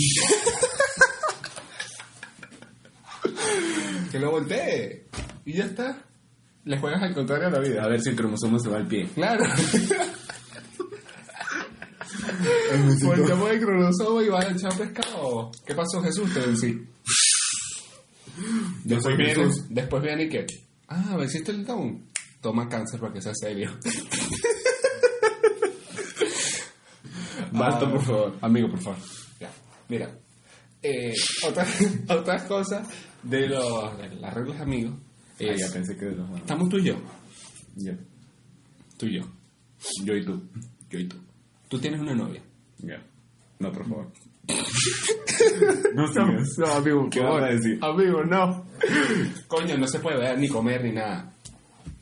[SPEAKER 1] <laughs> que lo volteé. Y ya está. Le juegas al contrario a la vida.
[SPEAKER 2] A ver si el cromosoma se va al pie. <laughs>
[SPEAKER 1] Claro. Volteamos el cronosoma y vas a echar pescado. ¿Qué pasó, Jesús? Te vencí. Pues
[SPEAKER 2] Yo soy
[SPEAKER 1] viene,
[SPEAKER 2] Jesús.
[SPEAKER 1] después viene y que. Ah, venciste el down. Toma cáncer para que sea serio. <laughs>
[SPEAKER 2] Basta,
[SPEAKER 1] Ah,
[SPEAKER 2] por favor.
[SPEAKER 1] Amigo, por favor. Ya, mira. Eh, otra, <laughs> otras cosas de los, de las reglas, amigos.
[SPEAKER 2] Eh,
[SPEAKER 1] es-
[SPEAKER 2] ya pensé que de los hermanos.
[SPEAKER 1] estamos tú y yo.
[SPEAKER 2] Ya.
[SPEAKER 1] Tú y yo.
[SPEAKER 2] Yo y tú.
[SPEAKER 1] Yo y tú. Tú tienes una novia.
[SPEAKER 2] Ya. No, por favor. <laughs> no sigas.
[SPEAKER 1] No, amigo,
[SPEAKER 2] ¿Qué
[SPEAKER 1] por
[SPEAKER 2] vas a
[SPEAKER 1] favor.
[SPEAKER 2] decir?
[SPEAKER 1] Amigo, no. Coño, no se puede ver, ni comer, ni nada.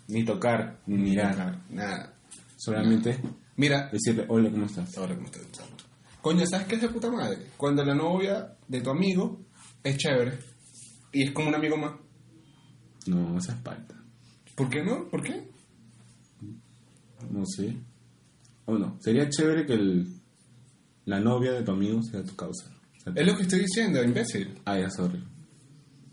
[SPEAKER 2] Ni tocar, ni mirar.
[SPEAKER 1] Nada.
[SPEAKER 2] Solamente
[SPEAKER 1] Mira,
[SPEAKER 2] decirle, hola, ¿cómo estás?
[SPEAKER 1] ahora que me estoy pensando. Coño, ¿sabes qué es de puta madre? Cuando la novia de tu amigo es chévere y es como un amigo más.
[SPEAKER 2] No, esa es falta.
[SPEAKER 1] ¿Por qué no? ¿Por qué?
[SPEAKER 2] No sé. O no, sería chévere que el, la novia de tu amigo sea tu causa. O sea,
[SPEAKER 1] Es lo que estoy diciendo, imbécil.
[SPEAKER 2] Ah, ya, sorry.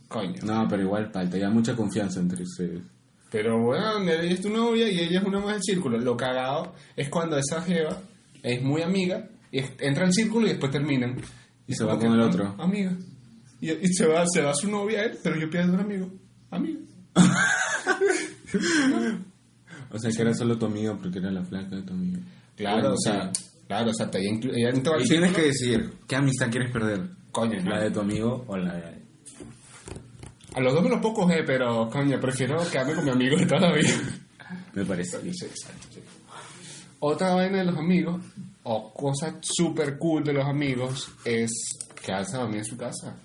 [SPEAKER 1] Coño.
[SPEAKER 2] No, pero igual falta, ya mucha confianza entre ustedes.
[SPEAKER 1] Pero bueno, ella es tu novia y ella es una más del círculo. Lo cagado es cuando esa jeva es muy amiga, y es- entra al círculo y después terminan.
[SPEAKER 2] Y
[SPEAKER 1] Es
[SPEAKER 2] se va
[SPEAKER 1] como
[SPEAKER 2] con
[SPEAKER 1] que,
[SPEAKER 2] el otro.
[SPEAKER 1] Amiga. Y, y se, va, se va su novia él, pero yo pierdo un amigo. Amiga.
[SPEAKER 2] O sea, que era solo tu amigo porque era la flaca de tu amigo.
[SPEAKER 1] Claro, o sea, claro, o sea, te, inclu- ella entró al
[SPEAKER 2] Y
[SPEAKER 1] círculo.
[SPEAKER 2] tienes que decir, ¿qué amistad quieres perder?
[SPEAKER 1] Coño,
[SPEAKER 2] ¿La de tu amigo o la de
[SPEAKER 1] A los dos me los puedo coger, pero coño, prefiero quedarme con mi amigo de toda la vida.
[SPEAKER 2] Me parece.
[SPEAKER 1] <laughs> Sí, exacto, sí. Otra vaina de los amigos, o cosa super cool de los amigos, es que alza a mí en su casa.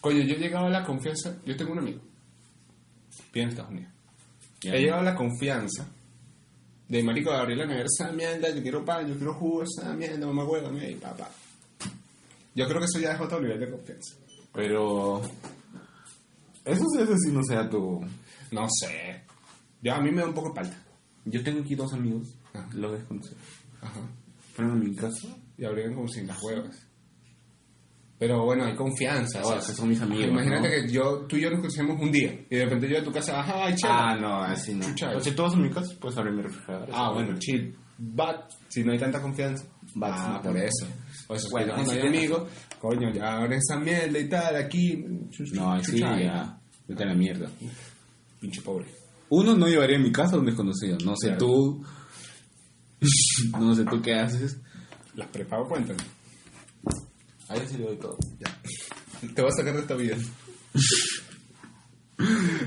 [SPEAKER 1] Coño, yo he llegado a la confianza, yo tengo un amigo, vive en Estados Unidos. He llegado a la confianza de marico de abrir la nevera, esa mierda, yo quiero pan, yo quiero jugo, esa mierda, mamá hueva, mira, y papá. Yo creo que eso ya es otro nivel de confianza.
[SPEAKER 2] Pero. Eso sí es así, no sea tu.
[SPEAKER 1] No sé. Yo, a mí me da un poco de palta.
[SPEAKER 2] Yo tengo aquí dos amigos,
[SPEAKER 1] Ah.
[SPEAKER 2] los desconozco.
[SPEAKER 1] Ajá.
[SPEAKER 2] Fueron a mi casa.
[SPEAKER 1] y abrieron como sin las huevas. Pero bueno, hay confianza.
[SPEAKER 2] O sea, que son mis amigos,
[SPEAKER 1] Imagínate
[SPEAKER 2] ¿no?
[SPEAKER 1] que yo, tú y yo nos conocemos un día y de repente yo a tu casa, ajá, ay, chévere.
[SPEAKER 2] Ah, no, así no.
[SPEAKER 1] Chucha.
[SPEAKER 2] O sea, todos son mi casa, puedes abrir mi refrigerador.
[SPEAKER 1] Ah, bueno, chill. But, si no hay tanta confianza.
[SPEAKER 2] But,
[SPEAKER 1] ah,
[SPEAKER 2] sí,
[SPEAKER 1] por
[SPEAKER 2] también.
[SPEAKER 1] eso. O sea,
[SPEAKER 2] Bueno,
[SPEAKER 1] bueno, cuando
[SPEAKER 2] ahí
[SPEAKER 1] hay
[SPEAKER 2] sí tienes
[SPEAKER 1] amigos, coño, ya abren esa mierda y tal, aquí. chucha,
[SPEAKER 2] No, así
[SPEAKER 1] chucha,
[SPEAKER 2] ya. Vete a la mierda.
[SPEAKER 1] Pinche pobre.
[SPEAKER 2] Uno no llevaría a mi casa a un desconocido. No sé
[SPEAKER 1] Claro.
[SPEAKER 2] tú. <laughs> no sé tú qué haces.
[SPEAKER 1] Las prepago cuentan.
[SPEAKER 2] Ahí se le doy todo.
[SPEAKER 1] Te voy a sacar de esta
[SPEAKER 2] <laughs>
[SPEAKER 1] vida.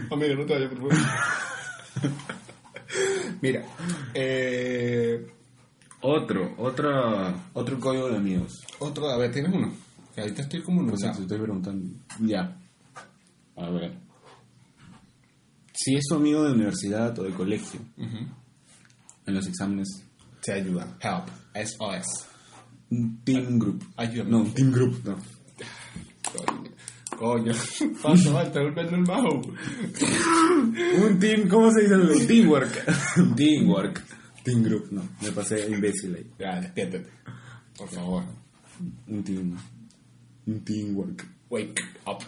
[SPEAKER 1] Ah, mira, no te vayas, por favor.
[SPEAKER 2] <laughs>
[SPEAKER 1] mira, eh.
[SPEAKER 2] Otro, otra, otro código de amigos.
[SPEAKER 1] Otro, a ver, ¿tienes uno? Que ahorita estoy como
[SPEAKER 2] O
[SPEAKER 1] no.
[SPEAKER 2] sea, te estoy preguntando. Ya. A ver. Si es tu amigo de universidad o de colegio, en los exámenes,
[SPEAKER 1] Te ayuda. Help. SOS.
[SPEAKER 2] un team group.
[SPEAKER 1] Ayúdame.
[SPEAKER 2] Ah, No, un team group, no.
[SPEAKER 1] Coño. Coño. <laughs> Falta, falta, volviendo el bajo.
[SPEAKER 2] Un team, ¿cómo se dice? Un teamwork. <laughs> teamwork. Team group, no. Me pasé imbécil ahí.
[SPEAKER 1] Ya, despiértate. Por favor.
[SPEAKER 2] Un team. Un teamwork.
[SPEAKER 1] Wake up.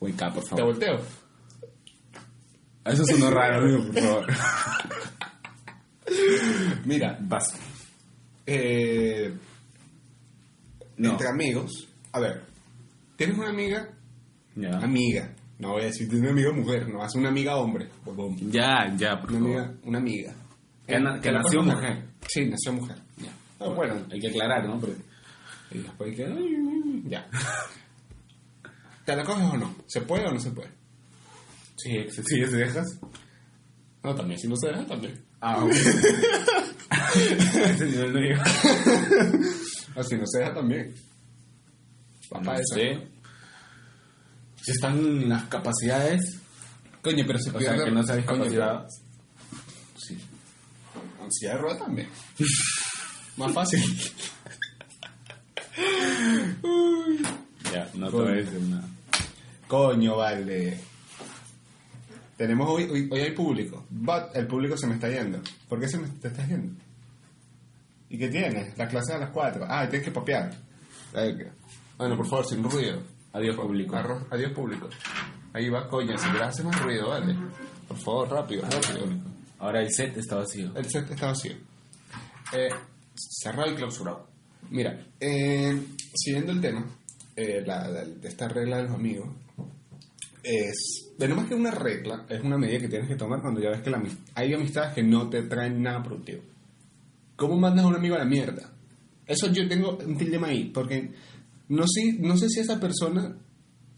[SPEAKER 2] Wake up, por
[SPEAKER 1] Te
[SPEAKER 2] favor.
[SPEAKER 1] volteo.
[SPEAKER 2] Eso sonó raro, amigo, por <laughs> favor.
[SPEAKER 1] Mira,
[SPEAKER 2] Vas.
[SPEAKER 1] eh,
[SPEAKER 2] No.
[SPEAKER 1] entre amigos. A ver, tienes una amiga,
[SPEAKER 2] Ya.
[SPEAKER 1] amiga. No voy a decir tienes una amiga mujer, no, hace una amiga hombre. huevón.
[SPEAKER 2] Ya, ya, por
[SPEAKER 1] Una
[SPEAKER 2] favor.
[SPEAKER 1] amiga, una amiga.
[SPEAKER 2] Que na- que nació mujer.
[SPEAKER 1] Sí, nació mujer.
[SPEAKER 2] Ya.
[SPEAKER 1] Ah, bueno,
[SPEAKER 2] Hay que aclarar, ¿no? Porque-
[SPEAKER 1] Y después que, ay, ay, ay, Ya. ¿Te la coges o no? ¿Se puede o no se puede?
[SPEAKER 2] Sí, ex- sí, ¿se dejas?
[SPEAKER 1] No, también. Si no se deja, también.
[SPEAKER 2] Ah,
[SPEAKER 1] <laughs>
[SPEAKER 2] bueno. ese nivel no llega.
[SPEAKER 1] O Ah, si no se deja, también. Va
[SPEAKER 2] No
[SPEAKER 1] pa' esa.
[SPEAKER 2] sé. Si están las capacidades,
[SPEAKER 1] Coño, pero se
[SPEAKER 2] o sea, que no sabes capacidad. Sí.
[SPEAKER 1] Con silla de ruedas <laughs> también. Más fácil.
[SPEAKER 2] Ya, no
[SPEAKER 1] te voy a decir
[SPEAKER 2] nada.
[SPEAKER 1] Coño, vale. Tenemos hoy, hoy, hoy hay público. But el público se me está yendo. ¿Por qué se me te estás yendo? ¿Y qué tienes? La clase a las 4. Ah, y tienes que papear. Verga. Bueno, por favor, sin ruido.
[SPEAKER 2] Adiós, público.
[SPEAKER 1] Arroz- adiós público. Ahí va, coño, si le hace más ruido, vale. Por favor, rápido, rápido.
[SPEAKER 2] Ahora el set está vacío.
[SPEAKER 1] El set está vacío. Eh, cerrado y clausurado. Mira, eh, siguiendo el tema, eh, la- la- de esta regla de los amigos, es, bueno, más que una regla, es una medida que tienes que tomar cuando ya ves que la, amist- hay amistades que no te traen nada productivo. ¿Cómo mandas a un amigo a la mierda? Eso yo tengo un dilema ahí, porque no sé, no sé si esa persona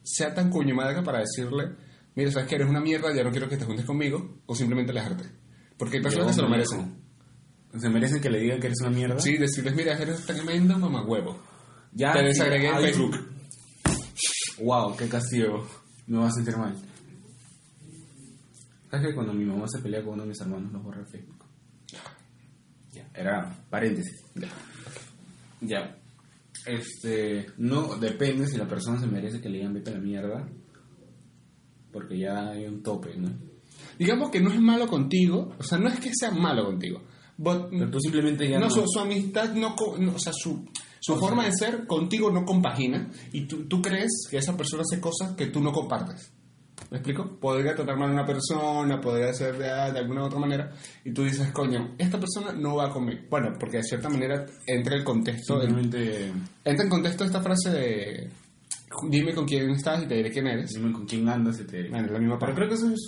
[SPEAKER 1] sea tan coñomadra para decirle, mira, sabes que eres una mierda, ya no quiero que te juntes conmigo, o simplemente alejarte. Porque hay personas que se lo merecen.
[SPEAKER 2] Se merecen que le digan que eres una mierda.
[SPEAKER 1] Sí, decirles, mira, eres tremendo mamagüevo.
[SPEAKER 2] Ya.
[SPEAKER 1] Te desagregué en
[SPEAKER 2] Ay,
[SPEAKER 1] Facebook.
[SPEAKER 2] Wow, qué castigo. Me vas a sentir mal. ¿Sabes que cuando mi mamá se pelea con uno de mis hermanos, los borra de Facebook? Era paréntesis. Ya. Este, no depende si la persona se merece que le digan vete a la mierda. Porque ya hay un tope, ¿no?
[SPEAKER 1] Mm. Digamos que no es malo contigo, o sea, no es que sea malo contigo. but-
[SPEAKER 2] Pero tú simplemente ya
[SPEAKER 1] no,
[SPEAKER 2] no.
[SPEAKER 1] Su, su amistad no, co- no, o sea, su, su forma de ser contigo no compagina y tú, tú crees que esa persona hace cosas que tú no compartes. ¿Me explico? Podría tratar mal a una persona, podría ser de, de alguna u otra manera, y tú dices, coño, esta persona no va conmigo. Bueno, porque de cierta manera entra el contexto, el-
[SPEAKER 2] Simplemente
[SPEAKER 1] entra en contexto esta frase de dime con quién estás y te diré quién eres.
[SPEAKER 2] dime con quién andas y te.
[SPEAKER 1] Bueno, es la misma parte.
[SPEAKER 2] Pero creo que eso es.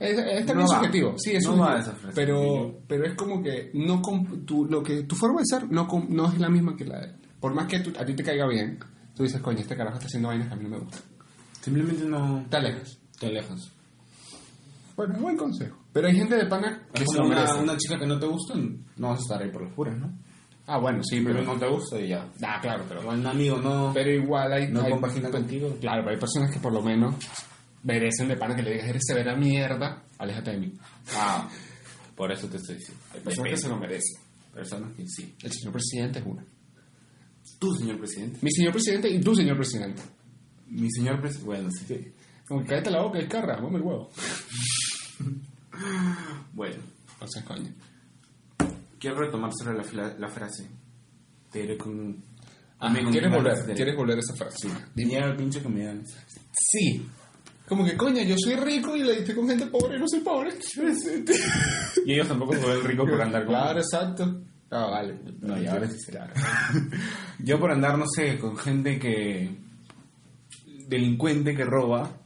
[SPEAKER 1] Es, es
[SPEAKER 2] No
[SPEAKER 1] también
[SPEAKER 2] va.
[SPEAKER 1] subjetivo, sí, es
[SPEAKER 2] No
[SPEAKER 1] subjetivo.
[SPEAKER 2] va esa frase.
[SPEAKER 1] Pero, pero es como que no com- tu, lo que tu forma de ser no, com- no es la misma que la de él. Por más que tú- a ti te caiga bien, tú dices, coño, este carajo está haciendo vainas que a mí no me gustan.
[SPEAKER 2] Simplemente no.
[SPEAKER 1] Te alejas.
[SPEAKER 2] Te alejas.
[SPEAKER 1] Bueno, es buen consejo. Pero hay gente de pana que
[SPEAKER 2] Es
[SPEAKER 1] se
[SPEAKER 2] como
[SPEAKER 1] lo
[SPEAKER 2] una,
[SPEAKER 1] merece.
[SPEAKER 2] una chica que no te gusta, no vas a estar ahí por los puras, ¿no?
[SPEAKER 1] Ah, bueno, sí, pero...
[SPEAKER 2] no te gusta y ya.
[SPEAKER 1] Ah, claro, pero...
[SPEAKER 2] Pero un amigo no.
[SPEAKER 1] Pero igual hay...
[SPEAKER 2] No
[SPEAKER 1] hay-
[SPEAKER 2] compagina contigo.
[SPEAKER 1] Claro, pero hay personas que por lo menos merecen de pana que le digas, eres severa mierda, aléjate de mí.
[SPEAKER 2] Ah, por eso te estoy diciendo. Pues Hay
[SPEAKER 1] Personas que se lo merecen.
[SPEAKER 2] Personas que sí.
[SPEAKER 1] El señor presidente es una.
[SPEAKER 2] Tú, señor presidente.
[SPEAKER 1] Mi señor presidente y tú, señor presidente.
[SPEAKER 2] Mi señor presidente. Bueno, sí.
[SPEAKER 1] Como que cállate la boca, es carra, come el huevo.
[SPEAKER 2] Bueno,
[SPEAKER 1] Entonces, coño.
[SPEAKER 2] quiero retomar sobre la, fla- la frase. Te iré con. amigo,
[SPEAKER 1] ¿Quieres
[SPEAKER 2] con-
[SPEAKER 1] volver?
[SPEAKER 2] te-
[SPEAKER 1] ¿Quieres volver a esa frase?
[SPEAKER 2] Sí. Dinero al pinche que me dan.
[SPEAKER 1] Sí. Como que, coño, yo soy rico y le estoy con gente pobre y no soy pobre. <laughs>
[SPEAKER 2] Y ellos tampoco se vuelven ricos por andar con.
[SPEAKER 1] Claro, exacto. Ah, vale.
[SPEAKER 2] No, y ahora sí será. <laughs> Yo por andar, no sé, con gente que. delincuente que roba.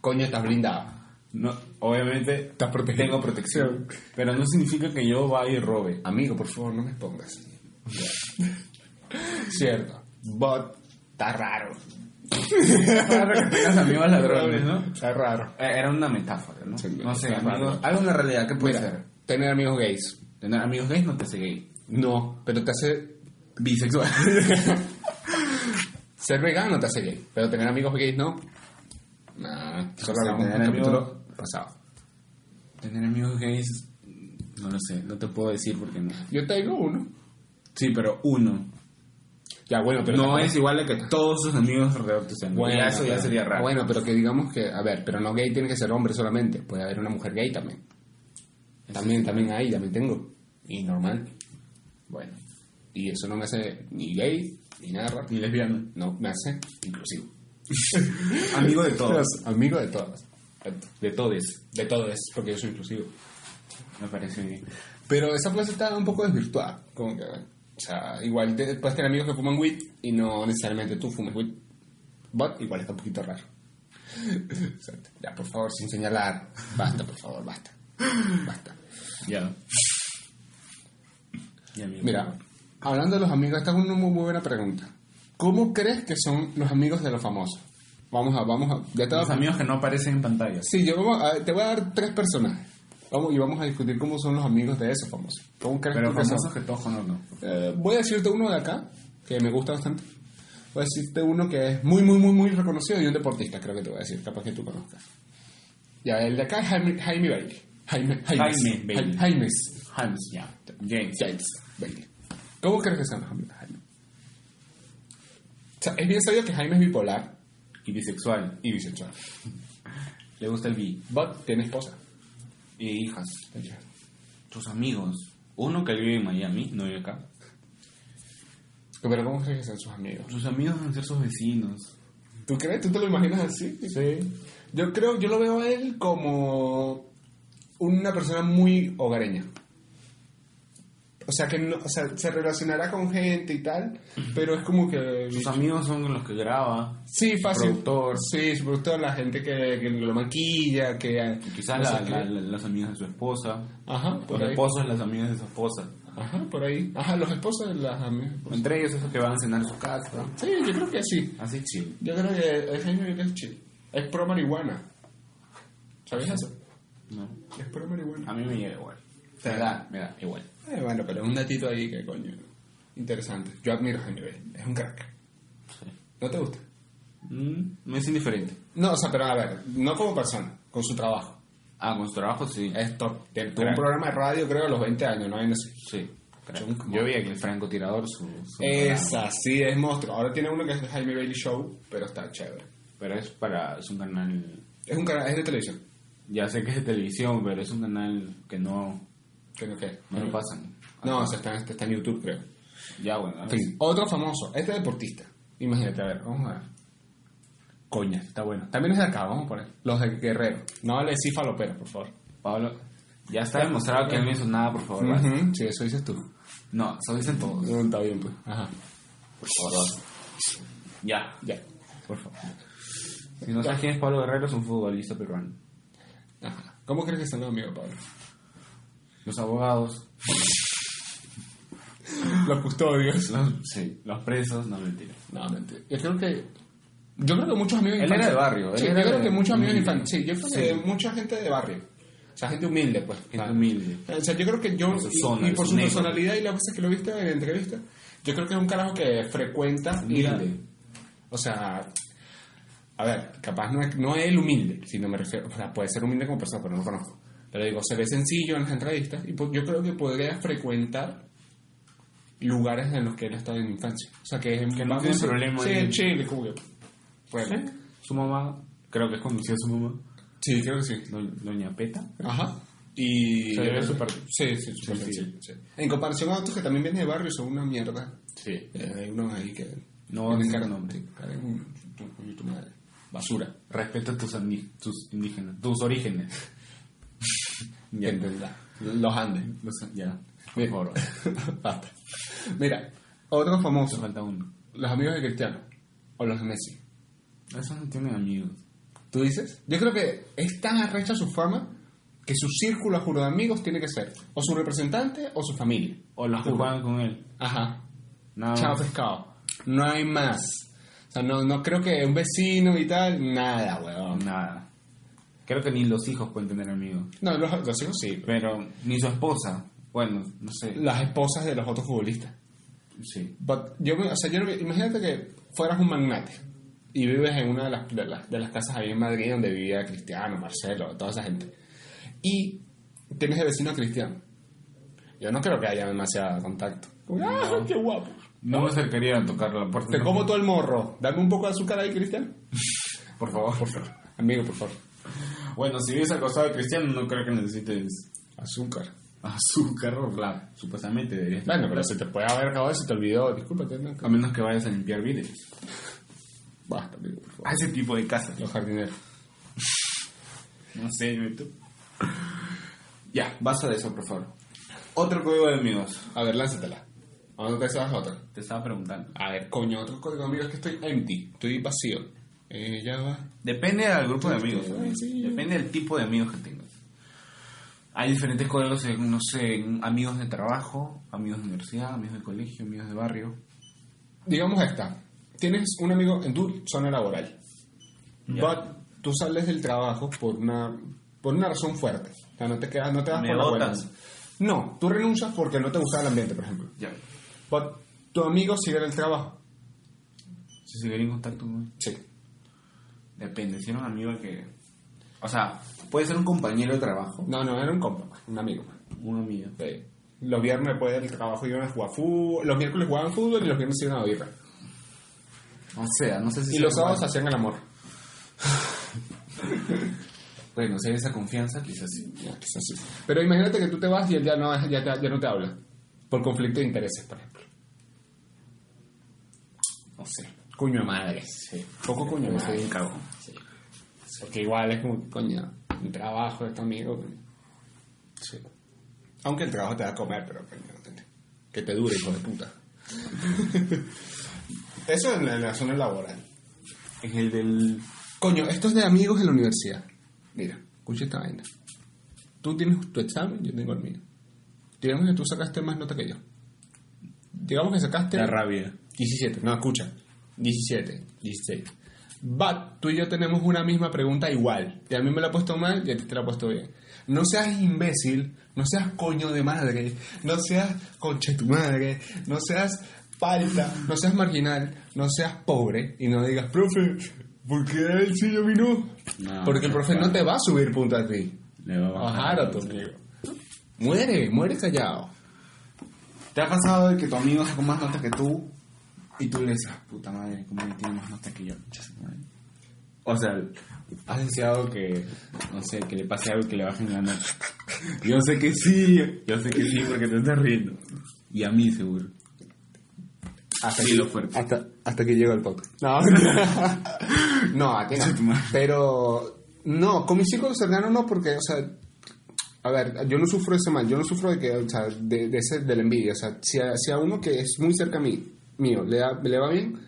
[SPEAKER 1] Coño, estás blindado.
[SPEAKER 2] No, obviamente
[SPEAKER 1] Estás protegido.
[SPEAKER 2] tengo protección. Pero no significa que yo vaya y <laughs> robe.
[SPEAKER 1] Amigo, por favor, no me <laughs> pongas. Cierto. Bot, está raro.
[SPEAKER 2] Claro que tengas amigos ladrones, ¿no? Eh,
[SPEAKER 1] Está raro.
[SPEAKER 2] Era una metáfora, ¿no?
[SPEAKER 1] Sí,
[SPEAKER 2] No sé,
[SPEAKER 1] está raro.
[SPEAKER 2] amigos, algo en la realidad que puede
[SPEAKER 1] Mira,
[SPEAKER 2] ser.
[SPEAKER 1] tener amigos gays.
[SPEAKER 2] Tener amigos gays no te hace gay.
[SPEAKER 1] No, pero te hace...
[SPEAKER 2] <laughs> Bisexual.
[SPEAKER 1] Ser vegano te hace gay, pero tener amigos gays no. Nah, solo
[SPEAKER 2] O sea,
[SPEAKER 1] hablamos en el
[SPEAKER 2] tener
[SPEAKER 1] capítulo
[SPEAKER 2] amigos-
[SPEAKER 1] pasado.
[SPEAKER 2] Tener amigos gays, no lo sé, no te puedo decir porque no.
[SPEAKER 1] Yo tengo uno.
[SPEAKER 2] Sí, pero uno.
[SPEAKER 1] Ya, bueno, pero...
[SPEAKER 2] no es igual a que todos sus amigos alrededor te sean gays.
[SPEAKER 1] Bueno,
[SPEAKER 2] Ya eso ya
[SPEAKER 1] pero-
[SPEAKER 2] sería raro.
[SPEAKER 1] Bueno, pero que digamos que... A ver, pero no gay tiene que ser hombre solamente. Puede haber una mujer gay también. También, también hay, también tengo. Y normal.
[SPEAKER 2] Bueno,
[SPEAKER 1] Y eso no me hace ni gay, ni nada raro.
[SPEAKER 2] ni lesbiano.
[SPEAKER 1] No, me hace inclusivo.
[SPEAKER 2] Amigo de todos.
[SPEAKER 1] Amigo de todas.
[SPEAKER 2] <laughs> De todes.
[SPEAKER 1] De todos, porque yo soy inclusivo.
[SPEAKER 2] Me parece bien.
[SPEAKER 1] Pero esa frase está un poco desvirtuada. Como que, o sea, igual te, puedes tener amigos que fuman weed y no necesariamente tú fumes weed. But igual está un poquito raro. <laughs> Exacto. ya, por favor, sin señalar. Basta, por favor, basta. Basta.
[SPEAKER 2] Ya. Ya, amigo.
[SPEAKER 1] Mira, hablando de los amigos, esta es una muy, muy buena pregunta. ¿Cómo crees que son los amigos de los famosos? Vamos a, vamos a. Ya te
[SPEAKER 2] Los
[SPEAKER 1] voy a-
[SPEAKER 2] amigos que no aparecen en pantalla.
[SPEAKER 1] Sí, yo vamos a- te voy a dar tres personajes. Vamos, y vamos a discutir cómo son los amigos de esos famosos. ¿Cómo crees
[SPEAKER 2] Pero
[SPEAKER 1] tú que son?
[SPEAKER 2] famosos que todos conozco.
[SPEAKER 1] Eh, voy a decirte uno de acá, que me gusta bastante. Voy a decirte uno que es muy, muy, muy, muy reconocido y un deportista, creo que te voy a decir, capaz que tú conozcas. Ya, el de acá es Jaime, Jaime Bailey. Jaime,
[SPEAKER 2] Jaime Bailey.
[SPEAKER 1] Ja- Jaimes.
[SPEAKER 2] Hans, ya. James.
[SPEAKER 1] James Bailey. ¿Cómo crees que son los amigos de Jaime? O sea, es bien sabido que Jaime es bipolar
[SPEAKER 2] Y bisexual.
[SPEAKER 1] y bisexual.
[SPEAKER 2] Le gusta el bi.
[SPEAKER 1] But tiene esposa.
[SPEAKER 2] Y hijas. Tus amigos. Uno que vive en Miami, no vive acá.
[SPEAKER 1] Pero ¿cómo crees que son sus amigos?
[SPEAKER 2] Sus amigos van a ser sus vecinos.
[SPEAKER 1] ¿Tú crees? ¿Tú te lo imaginas así?
[SPEAKER 2] Sí.
[SPEAKER 1] Yo creo, yo lo veo a él como una persona muy hogareña. O sea, que no, o sea, se relacionará con gente y tal, pero es como que...
[SPEAKER 2] Sus amigos son los que graba.
[SPEAKER 1] Sí, fácil.
[SPEAKER 2] productor.
[SPEAKER 1] Sí, su productor, la gente que, que lo maquilla, que... ah,
[SPEAKER 2] Y quizás
[SPEAKER 1] no sé
[SPEAKER 2] la-
[SPEAKER 1] qué.
[SPEAKER 2] la- la- las amigas de su esposa.
[SPEAKER 1] Ajá,
[SPEAKER 2] Los
[SPEAKER 1] por ahí.
[SPEAKER 2] esposos, las amigas de su esposa.
[SPEAKER 1] Ajá, por ahí. Ajá, los esposos de las amigas.
[SPEAKER 2] Entre ellos, esos que van a cenar a su casa.
[SPEAKER 1] Sí, yo creo que sí.
[SPEAKER 2] Así chill.
[SPEAKER 1] Yo creo que es Jaime Vilés chill. Es pro marihuana. ¿Sabías eso?
[SPEAKER 2] No.
[SPEAKER 1] Es pro marihuana.
[SPEAKER 2] A mí me llega igual.
[SPEAKER 1] Te
[SPEAKER 2] Me
[SPEAKER 1] da.
[SPEAKER 2] da, me da igual.
[SPEAKER 1] Eh, bueno, pero es un datito ahí que coño. Interesante. Yo admiro a Jaime Bell. Es un crack. ¿No te gusta?
[SPEAKER 2] Mm, me es indiferente.
[SPEAKER 1] No, o sea, pero a ver, no como persona, con su trabajo.
[SPEAKER 2] Ah, con su trabajo sí.
[SPEAKER 1] Es top. Tuvo
[SPEAKER 2] Crack.
[SPEAKER 1] un programa de radio, creo, a los 20 años, ¿no? Hay así.
[SPEAKER 2] Sí.
[SPEAKER 1] Chunk
[SPEAKER 2] Yo vi aquí el francotirador, su. su
[SPEAKER 1] Esa sí es monstruo. Ahora tiene uno que es el Jaime Bailey Show, pero está chévere.
[SPEAKER 2] programa. Pero es para. Es un canal.
[SPEAKER 1] Es un canal, es de televisión.
[SPEAKER 2] Ya sé que es de televisión, pero es un canal que no.
[SPEAKER 1] Creo que
[SPEAKER 2] No lo pasan.
[SPEAKER 1] No, o sea, está, está en YouTube, creo.
[SPEAKER 2] Ya, bueno.
[SPEAKER 1] En fin, otro famoso. Este deportista. Imagínate, a ver, vamos a ver. Coña, está bueno. También es de acá, vamos a poner. Los de Guerrero. No le sí falopero, por favor.
[SPEAKER 2] Pablo. Ya está demostrado que no hizo nada, por favor. basta.
[SPEAKER 1] Ujú, Sí, eso dices tú.
[SPEAKER 2] No, eso dicen todos.
[SPEAKER 1] No, está bien, pues. Ajá.
[SPEAKER 2] Por favor. basta. Ya,
[SPEAKER 1] Ya.
[SPEAKER 2] por favor. Si no sabes quién es Pablo Guerrero, es un futbolista peruano.
[SPEAKER 1] Ajá. ¿Cómo crees que están los amigos, Pablo?
[SPEAKER 2] Los abogados,
[SPEAKER 1] Los custodios.
[SPEAKER 2] <laughs> los, sí, los presos, no mentira.
[SPEAKER 1] No, mentira. Yo creo que. Yo creo que muchos amigos de
[SPEAKER 2] Él
[SPEAKER 1] infancia-
[SPEAKER 2] era de barrio, él
[SPEAKER 1] Sí, yo
[SPEAKER 2] era
[SPEAKER 1] creo
[SPEAKER 2] de-
[SPEAKER 1] que muchos amigos de
[SPEAKER 2] humilde.
[SPEAKER 1] infancia. Sí, yo creo que mucha gente de barrio. O sea, gente humilde, pues.
[SPEAKER 2] Gente humilde.
[SPEAKER 1] O sea, yo creo que yo.
[SPEAKER 2] Por su
[SPEAKER 1] y-
[SPEAKER 2] zona,
[SPEAKER 1] y por
[SPEAKER 2] su
[SPEAKER 1] su
[SPEAKER 2] negro.
[SPEAKER 1] personalidad y las cosas que lo viste en la entrevista, yo creo que es un carajo que frecuenta ir a-
[SPEAKER 2] Humilde.
[SPEAKER 1] O sea. A ver, capaz no es, no es el humilde, sino me refiero. O sea, puede ser humilde como persona, pero no lo conozco. Pero digo, se ve sencillo en las entrevistas y pues, yo creo que podría frecuentar lugares en los que él ha estado en infancia. O sea, que es
[SPEAKER 2] Que no tiene problema
[SPEAKER 1] Sí,
[SPEAKER 2] en-
[SPEAKER 1] es chill, es como que. Bueno.
[SPEAKER 2] Su mamá, creo que es conocida su mamá,
[SPEAKER 1] Sí, creo que sí.
[SPEAKER 2] Do- Doña Peta.
[SPEAKER 1] Ajá. Y.
[SPEAKER 2] Se ve súper-
[SPEAKER 1] Sí, sí, súper
[SPEAKER 2] Sí, sí.
[SPEAKER 1] sencillo, sí. En comparación a otros que también vienen de barrio, son una mierda.
[SPEAKER 2] Sí.
[SPEAKER 1] Eh, hay unos ahí que.
[SPEAKER 2] No
[SPEAKER 1] tienen
[SPEAKER 2] es
[SPEAKER 1] cara-
[SPEAKER 2] el nombre.
[SPEAKER 1] cara de un- tu- coño, tu madre. Basura.
[SPEAKER 2] Respeta tus, andi- tus indígenas, tus <laughs> orígenes.
[SPEAKER 1] Ya entenderá. Los Andes.
[SPEAKER 2] Los- ya, por
[SPEAKER 1] Bien.
[SPEAKER 2] favor.
[SPEAKER 1] <laughs> Basta. Mira, otro
[SPEAKER 2] Te
[SPEAKER 1] famoso.
[SPEAKER 2] falta uno.
[SPEAKER 1] Los amigos de Cristiano. O los de Messi.
[SPEAKER 2] Eso no tiene amigos.
[SPEAKER 1] ¿Tú dices? Yo creo que es tan arrecha su fama que su círculo juro de amigos tiene que ser o su representante o su familia.
[SPEAKER 2] O los que
[SPEAKER 1] Juro.
[SPEAKER 2] juegan Ah. con él.
[SPEAKER 1] Ajá.
[SPEAKER 2] Nada
[SPEAKER 1] Chao
[SPEAKER 2] más.
[SPEAKER 1] pescado. No hay más. O sea, no, no creo que un vecino y tal, nada, weón.
[SPEAKER 2] Nada. Creo que ni los hijos pueden tener amigos.
[SPEAKER 1] No, los, los hijos sí.
[SPEAKER 2] Pero ni su esposa. Bueno, no sé.
[SPEAKER 1] Las esposas de los otros futbolistas.
[SPEAKER 2] Sí.
[SPEAKER 1] But yo, me- o sea, yo, no me- imagínate que fueras un magnate y vives en una de las, de, las, de las casas ahí en Madrid donde vivía Cristiano, Marcelo, toda esa gente. Y tienes de vecino a Cristiano. Yo no creo que haya demasiado contacto. ¡Ah, qué guapo!
[SPEAKER 2] No me acercaría a tocar la puerta.
[SPEAKER 1] Te como todo el morro. Dame un poco de azúcar ahí, <laughs> Cristiano.
[SPEAKER 2] Por favor, por favor.
[SPEAKER 1] Amigo, por favor.
[SPEAKER 2] Bueno, si vives acostado de cristiano, no creo que necesites
[SPEAKER 1] Azúcar.
[SPEAKER 2] azúcar o la- Supuestamente deberías.
[SPEAKER 1] Bueno, pero se te puede haber acabado y se te olvidó. Discúlpate, no.
[SPEAKER 2] A menos que vayas a limpiar vidrios.
[SPEAKER 1] Basta, amigo, por favor.
[SPEAKER 2] A ese tipo de casa.
[SPEAKER 1] Los jardineros.
[SPEAKER 2] No sé, dime tú. Ya, basta de eso, por favor. Otro código de amigos.
[SPEAKER 1] A ver, lánzatela. Vamos a empezar a otra.
[SPEAKER 2] Te estaba preguntando.
[SPEAKER 1] A ver, coño, otro código amigo es que estoy empty. Estoy vacío. Eh, ya va.
[SPEAKER 2] Depende del grupo de amigos.
[SPEAKER 1] Ay, sí.
[SPEAKER 2] Depende del tipo de amigos que tengas. Hay diferentes códigos, eh, no sé, amigos de trabajo, amigos de universidad, amigos de colegio, amigos de barrio.
[SPEAKER 1] Digamos esta. Tienes un amigo en tu zona laboral.
[SPEAKER 2] Ya.
[SPEAKER 1] But tú sales del trabajo por una, por una razón fuerte. O sea, no te, quedas, no te das
[SPEAKER 2] Me
[SPEAKER 1] por la buena.
[SPEAKER 2] botas.
[SPEAKER 1] No, tú renuncias porque no te gusta el ambiente, por ejemplo.
[SPEAKER 2] Ya.
[SPEAKER 1] But tu amigo sigue en el trabajo.
[SPEAKER 2] Si seguir en contacto con él.
[SPEAKER 1] Sí.
[SPEAKER 2] Depende, si era un amigo que... O sea, puede ser un compañero de trabajo.
[SPEAKER 1] No, no, era un compa, pues, un amigo.
[SPEAKER 2] Un amigo.
[SPEAKER 1] Sí. Los viernes después del trabajo iban a jugar fútbol, los miércoles jugaban fútbol y los viernes iban a birra.
[SPEAKER 2] O sea, no sé si...
[SPEAKER 1] Y
[SPEAKER 2] sea
[SPEAKER 1] los
[SPEAKER 2] igual.
[SPEAKER 1] sábados hacían el amor.
[SPEAKER 2] Bueno, si hay esa confianza, quizás sí.
[SPEAKER 1] Ya, quizás sí. Pero imagínate que tú te vas y él ya no, ya, te- ya no te habla. Por conflicto de intereses, por ejemplo.
[SPEAKER 2] No sé.
[SPEAKER 1] Cuño de madre. Poco
[SPEAKER 2] Poco
[SPEAKER 1] cuño
[SPEAKER 2] coño,
[SPEAKER 1] de
[SPEAKER 2] me soy
[SPEAKER 1] madre.
[SPEAKER 2] un cago.
[SPEAKER 1] Porque igual es como, coño, el trabajo de tu amigo. coño. Aunque el trabajo te da a comer, pero coño, coño, que te dure, hijo de <laughs> puta. Eso en la, en la zona laboral.
[SPEAKER 2] Es el del...
[SPEAKER 1] Coño, esto es de amigos en la universidad. Mira, escucha esta vaina. Tú tienes tu examen, yo tengo el mío. Digamos que tú sacaste más nota que yo. Digamos que sacaste...
[SPEAKER 2] La rabia.
[SPEAKER 1] 17, no, escucha. 17, 16. But, tú y yo tenemos una misma pregunta igual. Y a mí me la ha puesto mal y a ti te la ha puesto bien. No seas imbécil, no seas coño de madre, no seas conche tu madre, no seas falta, no seas marginal, no seas pobre y no digas, profe, ¿por qué a él sí y a mí no?
[SPEAKER 2] No,
[SPEAKER 1] Porque el profe no te va a subir punto a ti.
[SPEAKER 2] Le va a
[SPEAKER 1] Bajar a tu amigo. Muere, muere callado.
[SPEAKER 2] ¿Te ha pasado de que tu amigo sacó más nota que tú y tú le dices, "Ah, puta madre, ¿cómo que tiene más nota que yo? Concha su madre". O sea, has deseado que, no sé, que le pase algo y que le bajen la nota. Yo sé que sí, yo sé que sí porque te estás riendo. Y a mí seguro.
[SPEAKER 1] Hasta
[SPEAKER 2] Sí,
[SPEAKER 1] que,
[SPEAKER 2] lo fuerte.
[SPEAKER 1] Hasta, hasta que llega el podcast. No, <laughs> no, aquí no. Pero, no, con mis chicos cercanos no, porque, o sea, a ver, yo no sufro ese mal, yo no sufro de que, o sea, de, de ese, de la envidia. O sea, si a, si a uno que es muy cerca a mí, mío, le, da- le va bien,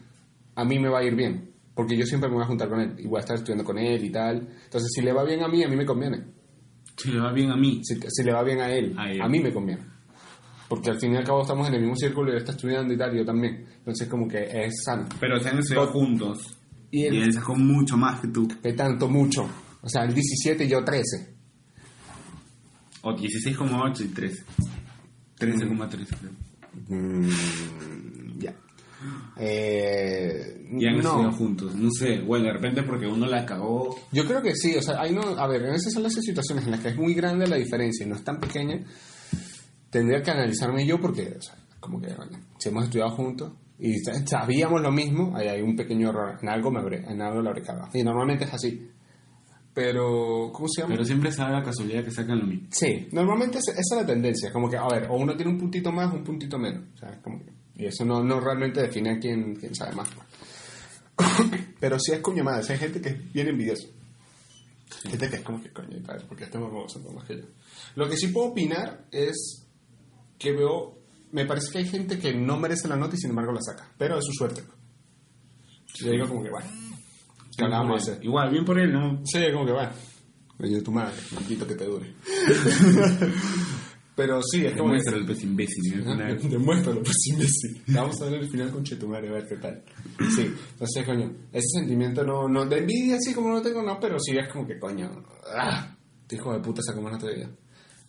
[SPEAKER 1] a mí me va a ir bien. Porque yo siempre me voy a juntar con él y voy a estar estudiando con él y tal. Entonces, si le va bien a mí, a mí me conviene.
[SPEAKER 2] Si le va bien a mí.
[SPEAKER 1] Si, si le va bien a él,
[SPEAKER 2] A él.
[SPEAKER 1] a mí me conviene. Porque al fin y al cabo estamos en el mismo círculo y él está estudiando y tal, y yo también. Entonces, como que es sano.
[SPEAKER 2] Pero se han estudiado juntos.
[SPEAKER 1] Y
[SPEAKER 2] Y
[SPEAKER 1] él-
[SPEAKER 2] él, sacó mucho más que tú.
[SPEAKER 1] que tanto mucho. O sea, el 17 y yo 13.
[SPEAKER 2] O 16,8 y 13. 13,3 creo.
[SPEAKER 1] Mm, ya. Eh,
[SPEAKER 2] Y han estudiado
[SPEAKER 1] no.
[SPEAKER 2] juntos. No sé, bueno, de repente porque uno la cagó.
[SPEAKER 1] Yo creo que sí, o sea, hay no, a ver, en esas son las situaciones en las que es muy grande la diferencia y no es tan pequeña, tendría que analizarme yo porque, o sea, como que, bueno, si hemos estudiado juntos y sa- sabíamos lo mismo, ahí hay un pequeño error, en algo me habré, en algo la habré cagado. Y normalmente es así. Pero, ¿cómo se llama?
[SPEAKER 2] Pero siempre se da la casualidad que sacan lo mismo.
[SPEAKER 1] Sí, normalmente es- esa es la tendencia, como que, a ver, o uno tiene un puntito más o un puntito menos, o sea, es como que- y eso no, no realmente define a quién, quién sabe más. pues. <coughs> Pero sí es coño madre, o sea, hay gente que es bien envidiosa. Gente que es como que coño, tal, porque este mamón sabe más que yo. Lo que sí puedo opinar es que veo, me parece que hay gente que no merece la nota y sin embargo la saca, pero es su suerte. Yo digo como que, bueno, ¿qué hablábamos de hacer?
[SPEAKER 2] Igual, bien por él, ¿no?
[SPEAKER 1] Sí, como que va. Oye, tu madre, maldito que te dure. <laughs> Pero sí, es como
[SPEAKER 2] Demuestra
[SPEAKER 1] que...
[SPEAKER 2] el pez imbécil. ¿no?
[SPEAKER 1] Ajá, <laughs> Demuéstralo, pues imbécil. Vamos a ver el final con Chetumare, a ver qué tal. Sí, entonces, coño, ese sentimiento no, no de envidia, así como no tengo, no, pero sí es como que, coño, ah, este hijo de puta sacó más nota que yo.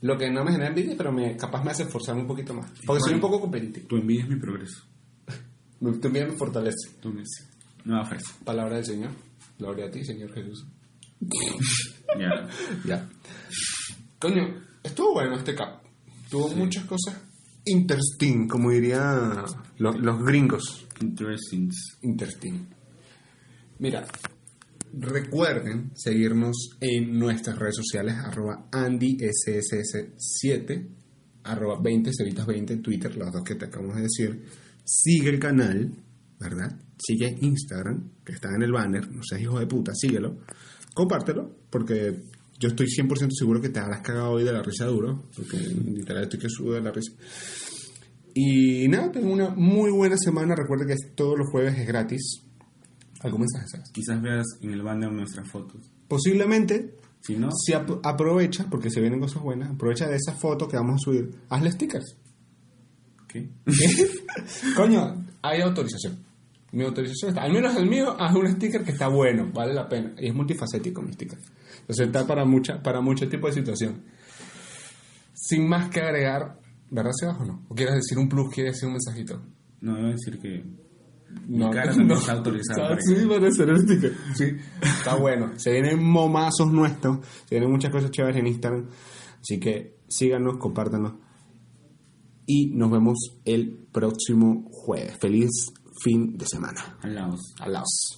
[SPEAKER 1] Lo que no me genera envidia, pero me, capaz me hace esforzarme un poquito más. Porque soy un poco competitivo.
[SPEAKER 2] Tu envidia es mi progreso.
[SPEAKER 1] Me- Tu envidia me fortalece.
[SPEAKER 2] Tú me dices. Nueva frase.
[SPEAKER 1] Palabra del Señor. Gloria a ti, Señor Jesús.
[SPEAKER 2] <laughs> Ya.
[SPEAKER 1] Ya. Coño, estuvo bueno este cap. Tuvo muchas cosas. Interesting, como dirían los, los gringos.
[SPEAKER 2] Interesting.
[SPEAKER 1] Interesting. Mira, recuerden seguirnos en nuestras redes sociales, arroba AndySSS7, arroba 20, cevitas 20 en Twitter, las dos que te acabamos de decir. Sigue el canal, ¿verdad? Sigue Instagram, que está en el banner, no seas hijo de puta, síguelo. Compártelo, porque yo estoy 100% seguro que te habrás cagado hoy de la risa duro, porque literal estoy que subo de la risa. Y nada, tengo una muy buena semana. Recuerda que es- todos los jueves es gratis. ¿Algún mensaje, Sebas?
[SPEAKER 2] Quizás veas en el banner nuestras fotos.
[SPEAKER 1] Posiblemente,
[SPEAKER 2] Si no,
[SPEAKER 1] si ap- aprovecha, porque se vienen cosas buenas, aprovecha de esa foto que vamos a subir. Hazle stickers.
[SPEAKER 2] ¿qué?
[SPEAKER 1] <laughs> Coño, hay autorización. Mi autorización está, al menos el mío, haz un sticker que está bueno, vale la pena. Y es multifacético mi sticker. Entonces está para, mucha, para mucho tipo de situación. Sin más que agregar, ¿verdad, Sebas o no? ¿O quieres decir un plus, quieres decir un mensajito?
[SPEAKER 2] No, voy a decir que.
[SPEAKER 1] No,
[SPEAKER 2] Mi cara también está autorizada para
[SPEAKER 1] Sí, para hacer el sticker. Sí, está bueno. Se vienen momazos nuestros. Se vienen muchas cosas chéveres en Instagram. Así que síganos, compártanos. Y nos vemos el próximo jueves. Feliz fin de semana.
[SPEAKER 2] Alaos.
[SPEAKER 1] Alaos.